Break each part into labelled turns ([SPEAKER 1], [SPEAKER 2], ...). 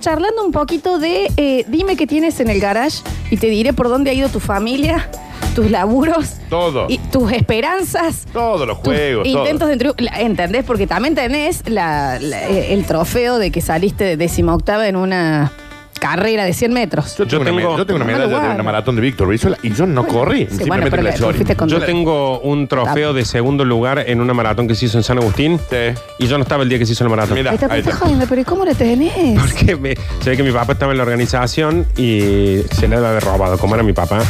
[SPEAKER 1] charlando un poquito de eh, dime qué tienes en el garage y te diré por dónde ha ido tu familia, tus laburos,
[SPEAKER 2] Todo.
[SPEAKER 1] y tus esperanzas.
[SPEAKER 2] Todos los
[SPEAKER 1] tus
[SPEAKER 2] juegos. todo.
[SPEAKER 1] intentos de triunfo, La- ¿entendés? Porque también tenés la- la- eh, el trofeo de que saliste de décima octava en una carrera de 100 metros.
[SPEAKER 2] Yo tengo,
[SPEAKER 3] Yo
[SPEAKER 2] una,
[SPEAKER 3] tengo-
[SPEAKER 2] med- yo tengo una
[SPEAKER 1] No
[SPEAKER 2] medalla
[SPEAKER 1] lo
[SPEAKER 2] de
[SPEAKER 1] guardo.
[SPEAKER 2] una maratón de Víctor Brizuela y yo no corrí.
[SPEAKER 1] sí, bueno,
[SPEAKER 2] simplemente
[SPEAKER 1] pero
[SPEAKER 2] me la
[SPEAKER 1] le-
[SPEAKER 2] lloré.
[SPEAKER 1] fuiste con-
[SPEAKER 3] Yo tengo un trofeo de segundo lugar en una maratón que se hizo en San Agustín.
[SPEAKER 2] Sí.
[SPEAKER 3] Y yo no estaba el día que se hizo la maratón.
[SPEAKER 2] Mira,
[SPEAKER 1] Ahí está,
[SPEAKER 2] ahí
[SPEAKER 1] te
[SPEAKER 2] está.
[SPEAKER 1] jodiendo, pero ¿y cómo la tenés?
[SPEAKER 3] Porque me, se ve que mi papá estaba en la organización y se la debe haber robado. Como era mi papá,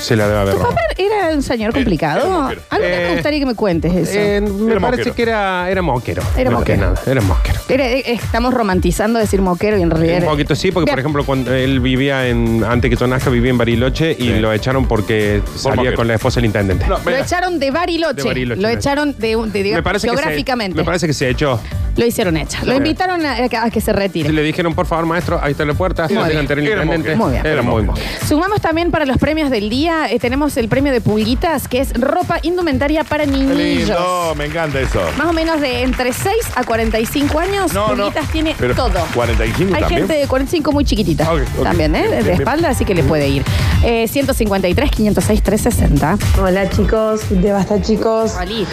[SPEAKER 3] se la debe haber
[SPEAKER 1] ¿Tu
[SPEAKER 3] robado.
[SPEAKER 1] papá era un señor
[SPEAKER 2] era un
[SPEAKER 1] complicado?
[SPEAKER 2] mojero.
[SPEAKER 1] Algo que me
[SPEAKER 3] Eh,
[SPEAKER 1] gustaría que me cuentes eso.
[SPEAKER 3] Eh, me
[SPEAKER 2] Era
[SPEAKER 3] parece
[SPEAKER 2] moquero.
[SPEAKER 3] que era, era moquero.
[SPEAKER 1] Era
[SPEAKER 3] Más que
[SPEAKER 1] moquero.
[SPEAKER 3] nada, era moquero.
[SPEAKER 1] Era- eh, estamos romantizando decir moquero y en realidad.
[SPEAKER 3] Un
[SPEAKER 1] era-
[SPEAKER 3] poquito sí, porque
[SPEAKER 1] Bien.
[SPEAKER 3] por ejemplo, cuando él vivía en. Antes que yo nazca, vivía en Bariloche y
[SPEAKER 2] Sí.
[SPEAKER 3] lo echaron porque salía
[SPEAKER 2] moquero.
[SPEAKER 3] con la esposa del intendente.
[SPEAKER 2] No,
[SPEAKER 1] Lo
[SPEAKER 2] mira,
[SPEAKER 1] echaron de Bariloche.
[SPEAKER 3] De Bariloche,
[SPEAKER 1] lo
[SPEAKER 3] me-
[SPEAKER 1] echaron de, un- de- de-
[SPEAKER 3] me parece Que se,
[SPEAKER 1] geográficamente.
[SPEAKER 3] me parece que se echó.
[SPEAKER 1] Lo hicieron hecha. Lo
[SPEAKER 3] Sí.
[SPEAKER 1] invitaron a, a que- a que se
[SPEAKER 3] Y
[SPEAKER 1] retire.
[SPEAKER 3] le dijeron, por favor, maestro, ahí está la puerta.
[SPEAKER 1] Muy
[SPEAKER 3] no
[SPEAKER 1] bien.
[SPEAKER 3] tengan tener
[SPEAKER 2] Era
[SPEAKER 3] intendente.
[SPEAKER 2] moquero.
[SPEAKER 1] Muy bien.
[SPEAKER 3] Era muy moquero.
[SPEAKER 1] Sumamos también para los premios del día, eh, tenemos el premio de Pulguitas, que es ropa indumentaria para
[SPEAKER 2] qué
[SPEAKER 1] niñillos.
[SPEAKER 2] lindo, me encanta eso.
[SPEAKER 1] Más o menos de entre 6 a 45 años,
[SPEAKER 2] No, no.
[SPEAKER 1] Pulguitas tiene
[SPEAKER 2] Pero,
[SPEAKER 1] todo.
[SPEAKER 2] 45
[SPEAKER 1] Hay
[SPEAKER 2] también.
[SPEAKER 1] gente de 45 muy chiquitita
[SPEAKER 2] Ok, ok.
[SPEAKER 1] también, ¿eh?
[SPEAKER 2] Bien, bien,
[SPEAKER 1] de
[SPEAKER 2] bien.
[SPEAKER 1] espalda, así que le puede ir. Eh, 153, 506, 360.
[SPEAKER 4] Hola chicos, de Basta chicos.
[SPEAKER 1] Ali.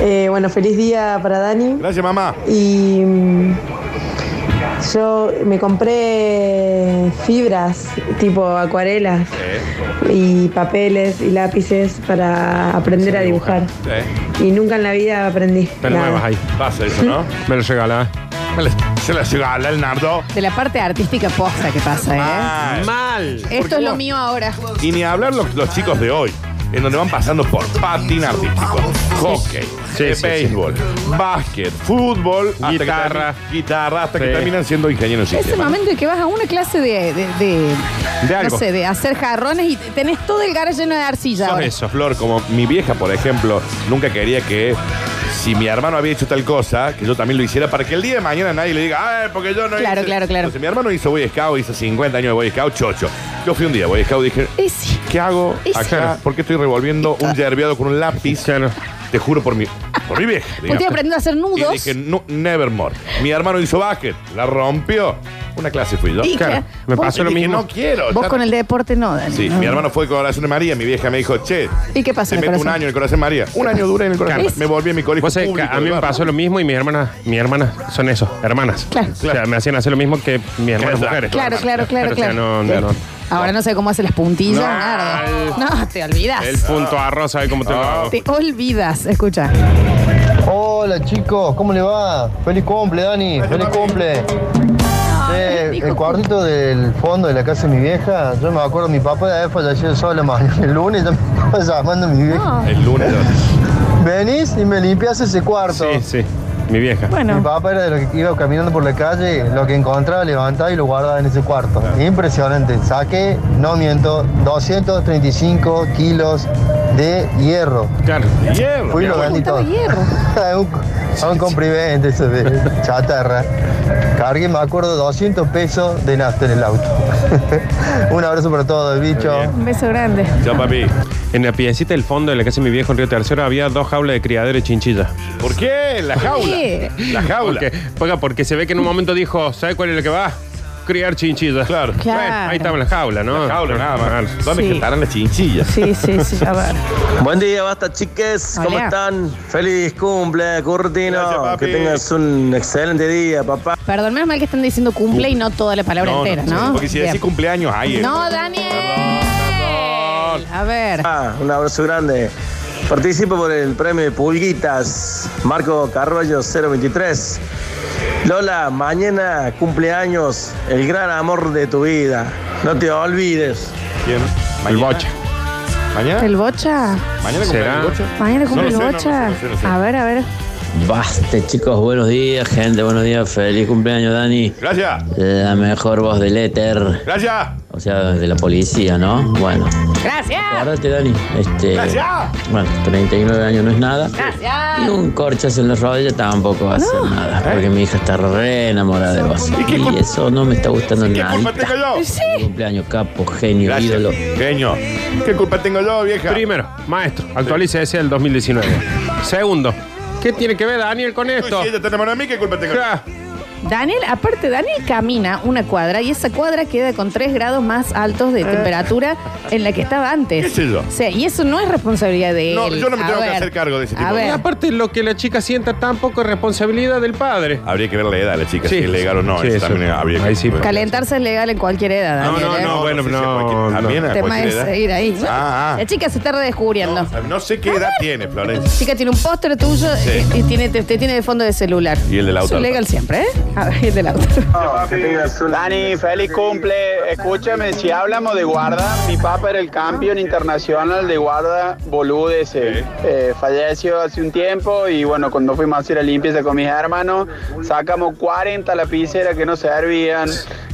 [SPEAKER 4] Eh, bueno, feliz día para Dani.
[SPEAKER 2] Gracias, mamá.
[SPEAKER 4] Y mm, yo me compré fibras tipo acuarelas y papeles y lápices para aprender a dibujar.
[SPEAKER 2] Sí,
[SPEAKER 4] Y nunca en la vida aprendí.
[SPEAKER 3] Están
[SPEAKER 4] nada.
[SPEAKER 3] nuevas ahí.
[SPEAKER 2] pasa eso, ¿no?
[SPEAKER 3] Me lo regalaba.
[SPEAKER 2] Me la- Se la llegó al Nardo.
[SPEAKER 1] De la parte artística posta que pasa, ¿eh?
[SPEAKER 2] Mal.
[SPEAKER 3] Mal.
[SPEAKER 1] Esto
[SPEAKER 2] Ah, porque
[SPEAKER 1] es lo
[SPEAKER 2] vos-
[SPEAKER 1] mío ahora.
[SPEAKER 2] Y ni hablar los, los chicos de hoy, en donde van pasando por patín artístico, hockey,
[SPEAKER 3] Sí, sí,
[SPEAKER 2] eh,
[SPEAKER 3] sí.
[SPEAKER 2] béisbol, básquet, fútbol, hasta que
[SPEAKER 3] Guitarra.
[SPEAKER 2] termi- guitarra, hasta que
[SPEAKER 3] Sí.
[SPEAKER 2] terminan siendo ingenieros en
[SPEAKER 1] Ese
[SPEAKER 2] sistema.
[SPEAKER 1] momento en que vas a una clase de. de, de-
[SPEAKER 3] De algo.
[SPEAKER 1] No sé, de hacer jarrones y tenés todo el garaje lleno de arcilla.
[SPEAKER 3] Sos
[SPEAKER 1] ahora.
[SPEAKER 3] eso.
[SPEAKER 2] Flor, como mi vieja, por ejemplo, nunca quería que si mi hermano había hecho tal cosa, que yo también lo hiciera, para que el día de mañana nadie le diga, ay, porque yo no
[SPEAKER 1] Claro,
[SPEAKER 2] hice".
[SPEAKER 1] claro, claro.
[SPEAKER 2] Entonces, mi hermano hizo Boy Scout, hizo 50 años de Boy Scout, chocho. Yo fui un día a Boy Scout y dije,
[SPEAKER 1] Y sí.
[SPEAKER 2] ¿qué hago
[SPEAKER 1] Y sí.
[SPEAKER 2] acá? ¿Por qué estoy revolviendo un yerbeado con un lápiz?
[SPEAKER 3] Ah, Claro.
[SPEAKER 2] Te juro por mi, por mi vieja.
[SPEAKER 1] Porque estoy
[SPEAKER 2] digamos.
[SPEAKER 1] aprendiendo a hacer
[SPEAKER 2] Y
[SPEAKER 1] nudos.
[SPEAKER 2] dije, no, nevermore. Mi hermano hizo básquet, la rompió. Una clase fui yo.
[SPEAKER 1] Y
[SPEAKER 3] claro,
[SPEAKER 1] que-
[SPEAKER 3] me
[SPEAKER 1] vos-
[SPEAKER 3] pasó lo
[SPEAKER 2] Y dije,
[SPEAKER 3] mismo.
[SPEAKER 2] no quiero.
[SPEAKER 1] Vos
[SPEAKER 2] ya
[SPEAKER 1] con
[SPEAKER 2] no-
[SPEAKER 1] el deporte no, Dani.
[SPEAKER 2] Sí,
[SPEAKER 1] no.
[SPEAKER 2] mi hermano fue con el corazón de María. Mi vieja me dijo, che.
[SPEAKER 1] ¿Y qué pasó
[SPEAKER 2] Te
[SPEAKER 1] en el
[SPEAKER 2] meto un
[SPEAKER 1] corazón?
[SPEAKER 2] año en el corazón de María. Un año duré en el corazón.
[SPEAKER 1] Caramba.
[SPEAKER 2] Me volví a mi colegio.
[SPEAKER 3] Vos sabés que
[SPEAKER 2] público
[SPEAKER 3] a mí
[SPEAKER 2] del
[SPEAKER 3] me
[SPEAKER 2] barrio.
[SPEAKER 3] pasó lo mismo y mis hermanas, mis hermanas son eso, hermanas.
[SPEAKER 1] Claro.
[SPEAKER 3] O sea, me hacían hacer lo mismo que mis hermanas
[SPEAKER 2] Claro,
[SPEAKER 3] mujeres.
[SPEAKER 1] Claro, claro, claro,
[SPEAKER 3] Pero, o sea,
[SPEAKER 1] claro.
[SPEAKER 3] no, no, no.
[SPEAKER 1] Ahora no sé cómo hace las puntillas,
[SPEAKER 3] No.
[SPEAKER 1] Nardo. No, te olvidas.
[SPEAKER 3] El punto
[SPEAKER 2] Ah.
[SPEAKER 3] arroz, ¿sabes cómo te lo hago?
[SPEAKER 1] Te olvidas, escucha.
[SPEAKER 5] Hola chicos, ¿cómo le va? Feliz cumple, Dani, feliz cumple. Che,
[SPEAKER 1] hijo,
[SPEAKER 5] el cuartito del fondo de la casa de mi vieja, yo me acuerdo, mi papá de haber fallecido sola mañana, el lunes, yo me estaba llamando a mi vieja.
[SPEAKER 1] No.
[SPEAKER 2] El lunes.
[SPEAKER 1] Ah.
[SPEAKER 5] Venís y me limpias ese cuarto.
[SPEAKER 3] Sí, sí, mi vieja.
[SPEAKER 5] Mi
[SPEAKER 1] Bueno,
[SPEAKER 5] papá era de los que iba caminando por la calle, lo que encontraba levantaba y lo guardaba en ese cuarto. Impresionante. Saqué, no miento, 235 kilos de hierro.
[SPEAKER 3] Claro.
[SPEAKER 2] Hierro.
[SPEAKER 5] Fui y lo vendí
[SPEAKER 1] juntaba
[SPEAKER 5] todo.
[SPEAKER 1] hierro.
[SPEAKER 5] A un, a un comprimento eso de chatarra. Cargué, me acuerdo, 200 pesos de nafta en el auto. un abrazo para todos, bicho.
[SPEAKER 1] Un beso grande.
[SPEAKER 2] Ya, papi.
[SPEAKER 3] En la piecita del fondo de la casa de mi viejo en Río Tercero había dos jaulas de criadero y chinchilla.
[SPEAKER 2] ¿Por qué? La jaula.
[SPEAKER 1] qué?
[SPEAKER 2] La jaula.
[SPEAKER 3] Porque, oiga, porque se ve que en un momento dijo, ¿sabes cuál es la que va? Criar chinchillas.
[SPEAKER 2] Claro.
[SPEAKER 1] Claro.
[SPEAKER 3] Bueno, ahí estaba la jaula, ¿no?
[SPEAKER 2] La jaula, nada
[SPEAKER 3] Claro.
[SPEAKER 2] más. ¿Dónde
[SPEAKER 1] Sí.
[SPEAKER 2] que estarán las chinchillas?
[SPEAKER 1] Sí, sí, sí. A ver.
[SPEAKER 6] Buen día, basta chiques. ¿Cómo
[SPEAKER 1] Hola.
[SPEAKER 6] están? Feliz cumple,
[SPEAKER 2] Gracias,
[SPEAKER 6] Curtino.
[SPEAKER 2] papi.
[SPEAKER 6] Que tengas un excelente día, papá.
[SPEAKER 1] Perdón, menos mal que están diciendo cumple y no toda la palabra entera, ¿no?
[SPEAKER 2] Porque si decís
[SPEAKER 1] Bien.
[SPEAKER 2] cumpleaños, ahí.
[SPEAKER 1] No, Daniel.
[SPEAKER 2] Perdón,
[SPEAKER 1] A ver.
[SPEAKER 6] Ah, un abrazo grande. Participo por el premio de Pulguitas. Marco Carballo 023. Lola, mañana cumpleaños, el gran amor de tu vida. No te olvides.
[SPEAKER 2] ¿Quién?
[SPEAKER 3] El
[SPEAKER 2] Mañana.
[SPEAKER 3] bocha.
[SPEAKER 2] ¿Mañana?
[SPEAKER 1] ¿El bocha?
[SPEAKER 2] ¿Mañana
[SPEAKER 3] ¿Será?
[SPEAKER 2] cumpleaños el bocha?
[SPEAKER 1] ¿Mañana cumple
[SPEAKER 2] No lo sé,
[SPEAKER 1] el
[SPEAKER 2] no,
[SPEAKER 1] bocha?
[SPEAKER 2] no sé, no sé, no sé.
[SPEAKER 1] A ver, a ver.
[SPEAKER 7] Baste chicos, buenos días, gente, buenos días, feliz cumpleaños Dani.
[SPEAKER 2] Gracias.
[SPEAKER 7] La mejor voz del éter,
[SPEAKER 2] Gracias.
[SPEAKER 7] o sea, de la policía, ¿no? Bueno,
[SPEAKER 1] Gracias.
[SPEAKER 7] guardate Dani, este...
[SPEAKER 2] Gracias.
[SPEAKER 7] Bueno, 39 años no es nada. Y
[SPEAKER 1] Gracias.
[SPEAKER 7] un corchazo en las rodillas tampoco va a ser nada, porque mi hija está re enamorada de vos.
[SPEAKER 2] ¿Y qué
[SPEAKER 7] Y
[SPEAKER 2] culpa-
[SPEAKER 7] eso no me está gustando
[SPEAKER 2] ¿Qué culpa
[SPEAKER 7] nada.
[SPEAKER 2] tengo yo?
[SPEAKER 1] Sí.
[SPEAKER 7] Cumpleaños capo, genio,
[SPEAKER 2] Gracias.
[SPEAKER 7] ídolo.
[SPEAKER 2] Genio. ¿Qué culpa tengo yo, vieja?
[SPEAKER 3] Primero, maestro, actualice ese del 2019. Segundo, ¿qué tiene que ver Daniel con
[SPEAKER 2] Tú,
[SPEAKER 3] esto?
[SPEAKER 2] Si ella está enamorada de mí, ¿qué culpa tengo yo?
[SPEAKER 3] Claro.
[SPEAKER 1] Daniel, aparte, Daniel camina una cuadra y esa cuadra queda con 3 grados más altos de temperatura en la que estaba antes.
[SPEAKER 2] Eh. ¿Qué sé yo?
[SPEAKER 1] O sea, y eso no es responsabilidad de
[SPEAKER 2] No,
[SPEAKER 1] él.
[SPEAKER 2] yo no me
[SPEAKER 1] A
[SPEAKER 2] tengo que
[SPEAKER 1] ver,
[SPEAKER 2] hacer cargo de ese tipo
[SPEAKER 1] A
[SPEAKER 2] de
[SPEAKER 3] Y
[SPEAKER 1] ver,
[SPEAKER 3] aparte, lo que la chica sienta tampoco es responsabilidad del padre.
[SPEAKER 2] Habría que ver la edad de la chica,
[SPEAKER 3] Sí.
[SPEAKER 2] si es legal o no.
[SPEAKER 3] Sí,
[SPEAKER 2] eso
[SPEAKER 3] eso.
[SPEAKER 2] también habría que
[SPEAKER 3] Ahí sí.
[SPEAKER 1] calentarse es legal en cualquier edad,
[SPEAKER 3] No,
[SPEAKER 1] Daniel.
[SPEAKER 3] no,
[SPEAKER 1] ¿eh?
[SPEAKER 3] no, bueno,
[SPEAKER 2] sé si a
[SPEAKER 3] no,
[SPEAKER 2] cualquier-
[SPEAKER 3] no.
[SPEAKER 2] También a
[SPEAKER 1] El tema
[SPEAKER 2] cualquier
[SPEAKER 1] es
[SPEAKER 2] edad.
[SPEAKER 1] ir ahí.
[SPEAKER 2] Ah, ah.
[SPEAKER 1] La chica se está redescubriendo.
[SPEAKER 2] No, eh. no sé qué edad tiene, Florencia.
[SPEAKER 1] Chica, tiene un póster tuyo
[SPEAKER 2] Sí.
[SPEAKER 1] y, y tiene, te, te tiene de fondo de celular.
[SPEAKER 2] Y el del auto.
[SPEAKER 1] Eso es legal siempre, ¿eh? A ver, el del auto.
[SPEAKER 8] Dani, feliz cumple. Escúchame, si hablamos de guarda, mi papá era el campeón internacional de guarda boludes. eh. Eh, falleció hace un tiempo y bueno, cuando fuimos a hacer la limpieza con mis hermanos, sacamos 40 lapiceras que no servían.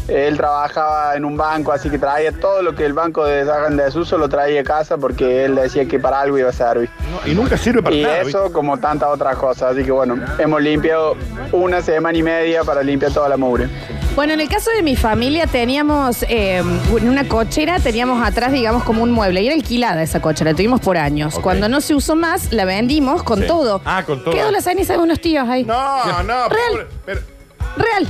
[SPEAKER 8] Él trabajaba en un banco, así que traía todo lo que el banco de Sagan de Desuso lo traía a casa porque él decía que para algo iba a servir.
[SPEAKER 2] Y nunca sirve para
[SPEAKER 8] Y
[SPEAKER 2] nada. ¿viste?
[SPEAKER 8] eso como tantas otras cosas, así que bueno, hemos limpiado una semana y media para limpiar toda la mugre.
[SPEAKER 1] Bueno, en el caso de mi familia teníamos eh, una cochera, teníamos atrás, digamos, como un mueble. Y era alquilada esa cochera, la tuvimos por años.
[SPEAKER 2] Ok.
[SPEAKER 1] Cuando no se usó más, la vendimos con
[SPEAKER 2] Sí.
[SPEAKER 1] todo.
[SPEAKER 2] Ah, con todo.
[SPEAKER 1] Quedó la ceniza de unos tíos ahí.
[SPEAKER 2] No, no,
[SPEAKER 1] Real.
[SPEAKER 2] pobre- pero,
[SPEAKER 1] Real,